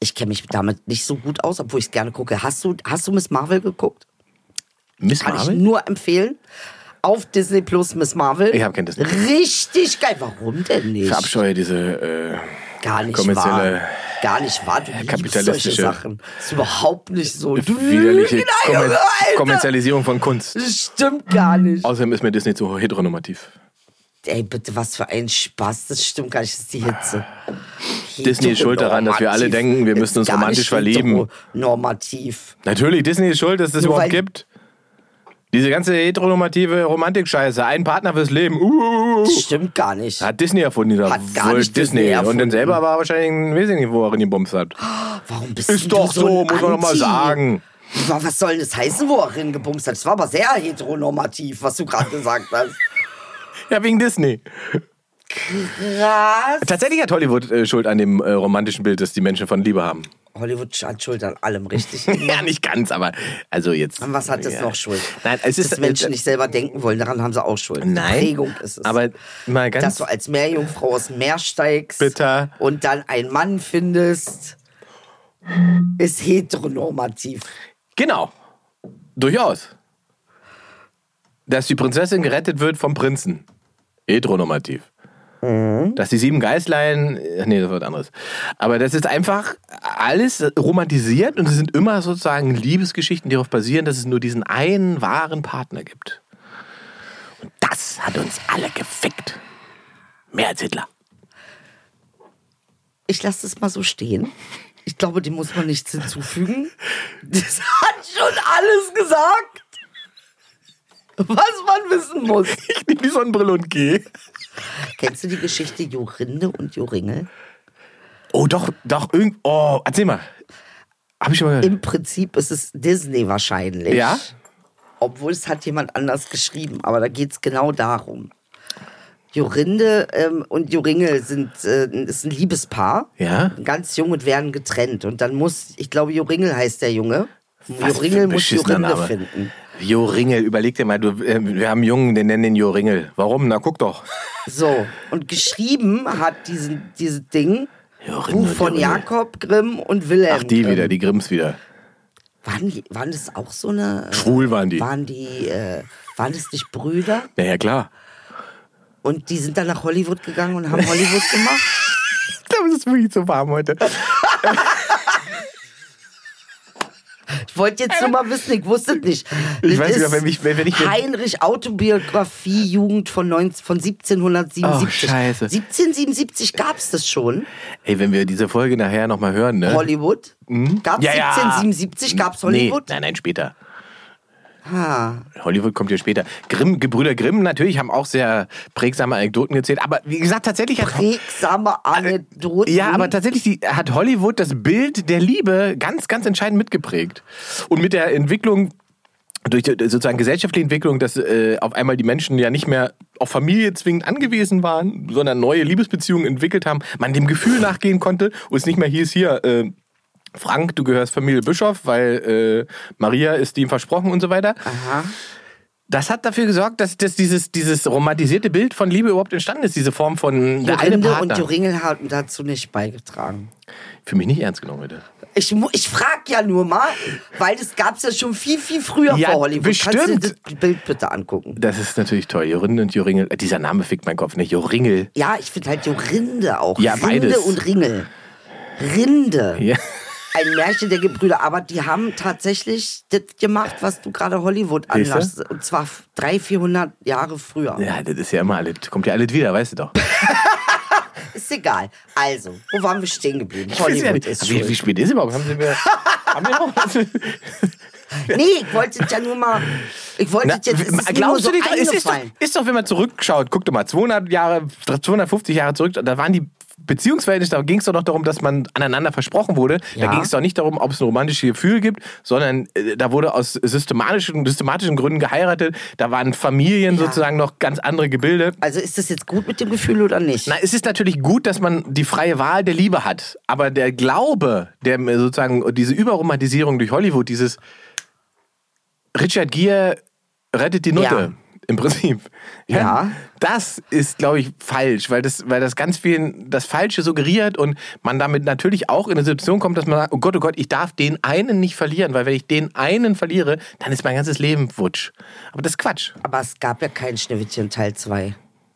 Ich kenne mich damit nicht so gut aus, obwohl ich es gerne gucke. Hast du, hast du Miss Marvel geguckt? Miss Kann Marvel? ich nur empfehlen. Auf Disney Plus Miss Marvel. Ich hab kein Disney. Richtig geil. Warum denn nicht? Ich verabscheue diese. Äh, Gar nicht kommerzielle- wahr. Gar nicht wahr. Du liebst solche Kapitalistische- Sachen. Ist überhaupt nicht so. Du widerliche lügst, Alter, Kommer Alter. Kommerzialisierung von Kunst. Das stimmt gar nicht. Außerdem ist mir Disney zu heteronormativ. Ey, bitte, was für ein Spaß. Das stimmt gar nicht. Das ist die Hitze. Disney ist schuld daran, dass wir alle Heteronormativ denken, wir ist müssen uns gar romantisch nicht verlieben. Normativ. Natürlich, Disney ist schuld, dass es das Nur überhaupt weil- gibt. Diese ganze heteronormative Romantik-Scheiße, ein Partner fürs Leben, uh, Das stimmt gar nicht. hat Disney erfunden, dieser Hat gar Walt nicht Disney Disney. Und erfunden. dann selber war er wahrscheinlich ein Wesentlich, wo er in die Bums hat. Warum bist Ist denn doch du so, so, ein muss man doch mal Anti? sagen. Wa- Was soll denn das heißen, wo er hingebumst hat? Das war aber sehr heteronormativ, was du gerade gesagt hast. Ja, wegen Disney. Krass. Tatsächlich hat Hollywood äh, Schuld an dem äh, romantischen Bild, das die Menschen von Liebe haben. Hollywood hat Schuld an allem, richtig? ja, nicht ganz, aber also jetzt. An was hat es ja. noch Schuld? Nein, es ist äh, Dass Menschen nicht selber denken wollen, daran haben sie auch Schuld. Nein, Prägung ist es. aber mal ganz Dass du als Meerjungfrau aus dem Meer steigst Bitte. und dann einen Mann findest, ist heteronormativ. Genau. Durchaus. Dass die Prinzessin gerettet wird vom Prinzen. Heteronormativ. Dass die sieben Geißlein. äh, Nee, das war was anderes. Aber das ist einfach alles romantisiert und es sind immer sozusagen Liebesgeschichten, die darauf basieren, dass es nur diesen einen wahren Partner gibt. Und das hat uns alle gefickt. Mehr als Hitler. Ich lasse es mal so stehen. Ich glaube, dem muss man nichts hinzufügen. Das hat schon alles gesagt, was man wissen muss. Ich nehme die Sonnenbrille und gehe. Kennst du die Geschichte Jorinde und Joringel? Oh, doch, doch, irgend. Oh, erzähl mal. Hab ich schon mal gehört. Im Prinzip ist es Disney wahrscheinlich. Ja? Obwohl es hat jemand anders geschrieben, aber da geht es genau darum. Jorinde ähm, und Joringel sind äh, ist ein Liebespaar. Ja. Ganz jung und werden getrennt. Und dann muss, ich glaube, Joringel heißt der Junge. Was für Joringel ein muss beschissener Jorinde Name. finden. Jo Ringel, überleg dir mal, du, äh, wir haben einen Jungen, den nennen den Jo Ringel. Warum? Na guck doch. So, und geschrieben hat diesen, dieses Ding Jorinde Buch und von Jorinde. Jakob Grimm und Wilhelm. Ach, die Grimm. wieder, die Grimms wieder. Waren, waren das auch so eine. äh, Schwul waren die. Waren die. Äh, waren das nicht Brüder? Ja, ja, klar. Und die sind dann nach Hollywood gegangen und haben Hollywood gemacht? Ich glaube, es ist wirklich zu warm heute. Ich wollte jetzt nur mal wissen, ich wusste es nicht. Ich Das weiß nicht, ist wenn ich- wenn- wenn ich- wenn- Heinrich Autobiografie Jugend von, 19, von 1777. Oh, scheiße. 1777 gab es das schon. Ey, wenn wir diese Folge nachher nochmal hören, ne? Hollywood. Gab es Hm? Ja, ja. 1777, gab es Hollywood? Nee, nein, nein, später. Ha. Hollywood kommt ja später. Grimm, Gebrüder Grimm natürlich haben auch sehr prägsame Anekdoten gezählt. Aber wie gesagt, tatsächlich hat Regsame Anekdoten. Ja, aber tatsächlich die, hat Hollywood das Bild der Liebe ganz, ganz entscheidend mitgeprägt. Und mit der Entwicklung, durch die sozusagen gesellschaftliche Entwicklung, dass äh, auf einmal die Menschen ja nicht mehr auf Familie zwingend angewiesen waren, sondern neue Liebesbeziehungen entwickelt haben, man dem Gefühl nachgehen konnte und es nicht mehr hieß, hier, äh, Frank, du gehörst Familie Bischof, weil äh, Maria ist ihm versprochen und so weiter. Aha. Das hat dafür gesorgt, dass, dass dieses, dieses romantisierte Bild von Liebe überhaupt entstanden ist, diese Form von der eine Jorinde und Partner. Joringel haben dazu nicht beigetragen. Für mich nicht ernst genommen, bitte. Ich, mu- ich frage ja nur mal, weil das gab es ja schon viel, viel früher Ja, vor Hollywood. Kannst du dir bestimmt. das Bild bitte angucken? Das ist natürlich toll. Jorinde und Joringel. Äh, Dieser Name fickt meinen Kopf, ne? Joringel. Ja, ich finde halt Jorinde auch. Ja, Rinde beides. und Ringel. Rinde. Ja. Ein Märchen der Gebrüder. Aber die haben tatsächlich das gemacht, was du gerade Hollywood Siehste? anlachst. Und zwar 300, 400 Jahre früher. Ja, das ist ja immer alles. Kommt ja alles wieder, weißt du doch. Ist egal. Also, wo waren wir stehen geblieben? Ich weiß Hollywood ja nicht. ist Wie, schuld. wie spät ist es überhaupt? Haben Sie mir. haben wir noch? Nee, ich wollte es ja nur mal... Ich wollte Na, es jetzt... Es ist mir nur glaubst so du nicht, es ist doch, eingefallen. ist doch, wenn man zurückschaut, guck doch mal, 200 Jahre, 250 Jahre zurück, da waren die Beziehungsverhältnisse, da ging es doch noch darum, dass man aneinander versprochen wurde. Ja. Da ging es doch nicht darum, ob es ein romantisches Gefühl gibt, sondern äh, da wurde aus systematischen, systematischen Gründen geheiratet. Da waren Familien Ja. sozusagen noch ganz andere Gebilde. Also ist das jetzt gut mit dem Gefühl oder nicht? Na, es ist natürlich gut, dass man die freie Wahl der Liebe hat, aber der Glaube, der äh, sozusagen diese Überromantisierung durch Hollywood, dieses Richard Gere rettet die Nutte im Prinzip. Ja. Das ist, glaube ich, falsch, weil das, weil das ganz vielen das Falsche suggeriert und man damit natürlich auch in eine Situation kommt, dass man sagt, oh Gott, oh Gott, ich darf den einen nicht verlieren, weil wenn ich den einen verliere, dann ist mein ganzes Leben futsch. Aber das ist Quatsch. Aber es gab ja keinen Schneewittchen Teil 2.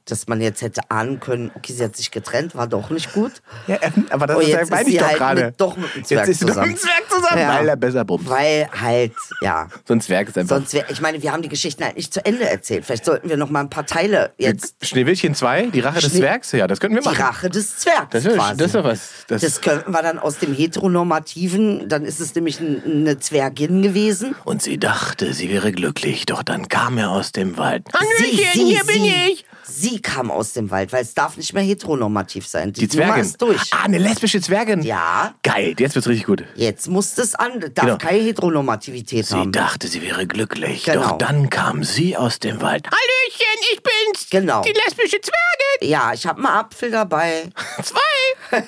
Dass man jetzt hätte ahnen können, okay, sie hat sich getrennt, war doch nicht gut. Ja, aber das Und ist, jetzt meine ist ich sie doch halt gerade. mit- doch mit dem Zwerg Jetzt ist sie doch zusammen. mit dem Zwerg zusammen, Ja. weil er besser bumst. Weil halt, ja. So ein Zwerg ist einfach. Sonst wäre, ich meine, wir haben die Geschichten halt nicht zu Ende erzählt. Vielleicht sollten wir noch mal ein paar Teile jetzt. Schneewittchen 2, die Rache des Schnee- Zwergs, ja, das könnten wir Die machen. Rache des Zwergs Das ist- quasi. das ist doch was. Das- Das, könnten wir dann aus dem heteronormativen, dann ist es nämlich ein- eine Zwergin gewesen. Und sie dachte, sie wäre glücklich, doch dann kam er aus dem Wald. Ah, sie, Sie kam aus dem Wald, weil es darf nicht mehr heteronormativ sein. Die Nummer Zwergin. ist durch. Ah, eine lesbische Zwergin. Ja. Geil, jetzt wird's richtig gut. Jetzt muss das an, darf Genau. keine Heteronormativität Sie haben. dachte, sie wäre glücklich, Genau. doch dann kam sie aus dem Wald. Hallöchen, ich bin's. Genau. Die lesbische Zwergin. Ja, ich habe einen Apfel dabei. Zwei.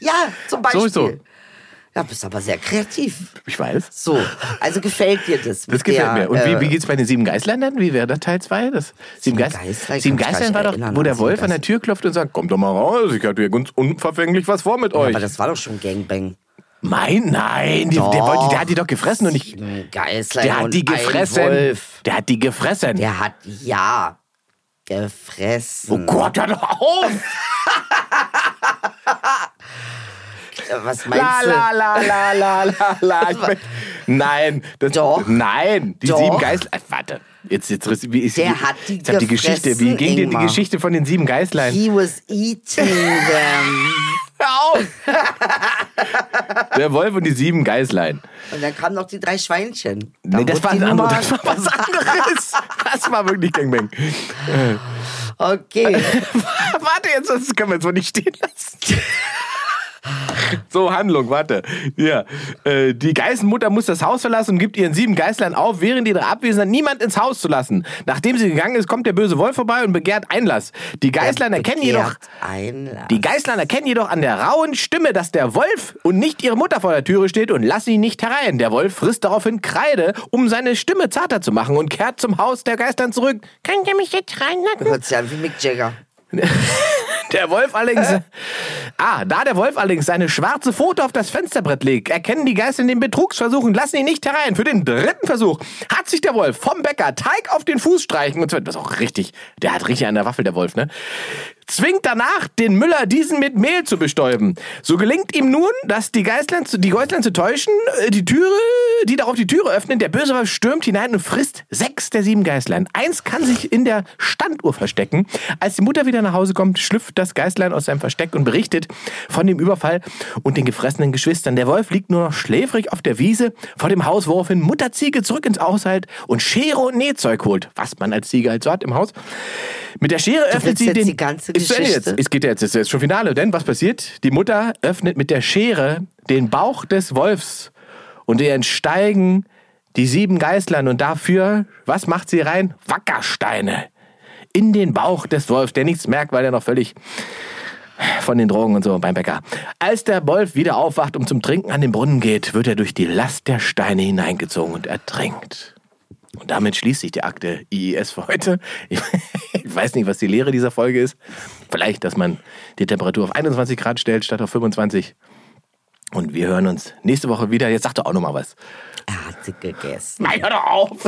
Ja, zum Beispiel. So, so. Ja, bist aber sehr kreativ. Ich weiß. So, also gefällt dir das? Das gefällt mir. Und äh, wie, wie geht's bei den sieben Geißlern dann? Wie wäre das Teil 2? Das sieben Geis Geißlein sieben kann ich Geißlein gar war nicht doch, erinnern wo an der sieben Wolf an der Geißlein. Tür klopft und sagt, kommt doch mal raus, ich hatte hier ganz unverfänglich was vor mit euch. aber das war doch schon Gangbang. Mein, nein, die, der, wollte, der hat die doch gefressen und ich, Sieben Geißlein der und hat die Ein gefressen. Wolf. Der hat die gefressen. Der hat ja Oh gefressen. Gott, hör doch auf! Äh, Was La meinst la la la la la la. Ich mein, nein, das, Doch. nein, die Doch. sieben Geißlein. Warte, jetzt jetzt wie ist Der hat die jetzt hab die Geschichte? Wie gefressen, ging dir die Ingmar. Geschichte von den sieben du? Geißlein? He was eating them. Hör auf! Der Wolf und die sieben Geißlein. Und dann kamen noch die drei Schweinchen. Nee, das wurde war, die ein anderes, Nummer- das war was anderes. Das war wirklich Gangbang. Okay. warte jetzt, das können wir jetzt wohl nicht stehen lassen. So, Handlung, warte. Ja. Äh, die Geißenmutter muss das Haus verlassen und gibt ihren sieben Geißlein auf, während ihre Abwesenheit niemand ins Haus zu lassen. Nachdem sie gegangen ist, kommt der böse Wolf vorbei und begehrt Einlass. Die Geißlein erkennen jedoch Begehrt Einlass. die Geißlein erkennen jedoch an der rauen Stimme, dass der Wolf und nicht ihre Mutter vor der Türe steht und lassen ihn nicht herein. Der Wolf frisst daraufhin Kreide, um seine Stimme zarter zu machen und kehrt zum Haus der Geistern zurück. Könnt ihr mich jetzt reinlassen? Hört sich an wie Mick Jagger. Der Wolf allerdings. Ah, da der Wolf allerdings seine schwarze Pfote auf das Fensterbrett legt, erkennen die Geister den Betrugsversuch und lassen ihn nicht herein. Für den dritten Versuch hat sich der Wolf vom Bäcker Teig auf den Fuß streichen und zwar, das ist auch richtig, der hat richtig an der Waffel, der Wolf, ne? zwingt danach den Müller, diesen mit Mehl zu bestäuben. So gelingt ihm nun, dass die Geißlein zu, die Geißlein zu täuschen, äh, die Türe, die darauf die Türe öffnen, der böse Wolf stürmt hinein und frisst sechs der sieben Geißlein. Eins kann sich in der Standuhr verstecken. Als die Mutter wieder nach Hause kommt, schlüpft das Geißlein aus seinem Versteck und berichtet von dem Überfall und den gefressenen Geschwistern. Der Wolf liegt nur noch schläfrig auf der Wiese vor dem Haus, woraufhin Mutter Ziege zurück ins Haushalt und Schere und Nähzeug holt, was man als Ziege halt so hat im Haus. Mit der Schere öffnet willst sie jetzt den. die ganze Ist zu Ende Geschichte? Jetzt. Es geht ja jetzt, es ist jetzt schon Finale. Denn was passiert? Die Mutter öffnet mit der Schere den Bauch des Wolfs und ihr entsteigen die sieben Geißlern und dafür, was macht sie rein? Wackersteine in den Bauch des Wolfs, der nichts merkt, weil er noch völlig von den Drogen und so beim Bäcker. Als der Wolf wieder aufwacht und zum Trinken an den Brunnen geht, wird er durch die Last der Steine hineingezogen und ertrinkt. Und damit schließt sich die Akte IIS für heute. Ich, ich weiß nicht, was die Lehre dieser Folge ist. Vielleicht, dass man die Temperatur auf 21 Grad stellt statt auf 25. Und wir hören uns nächste Woche wieder. Jetzt sag doch auch nochmal was. Er hat sie gegessen. Nein, hör doch auf!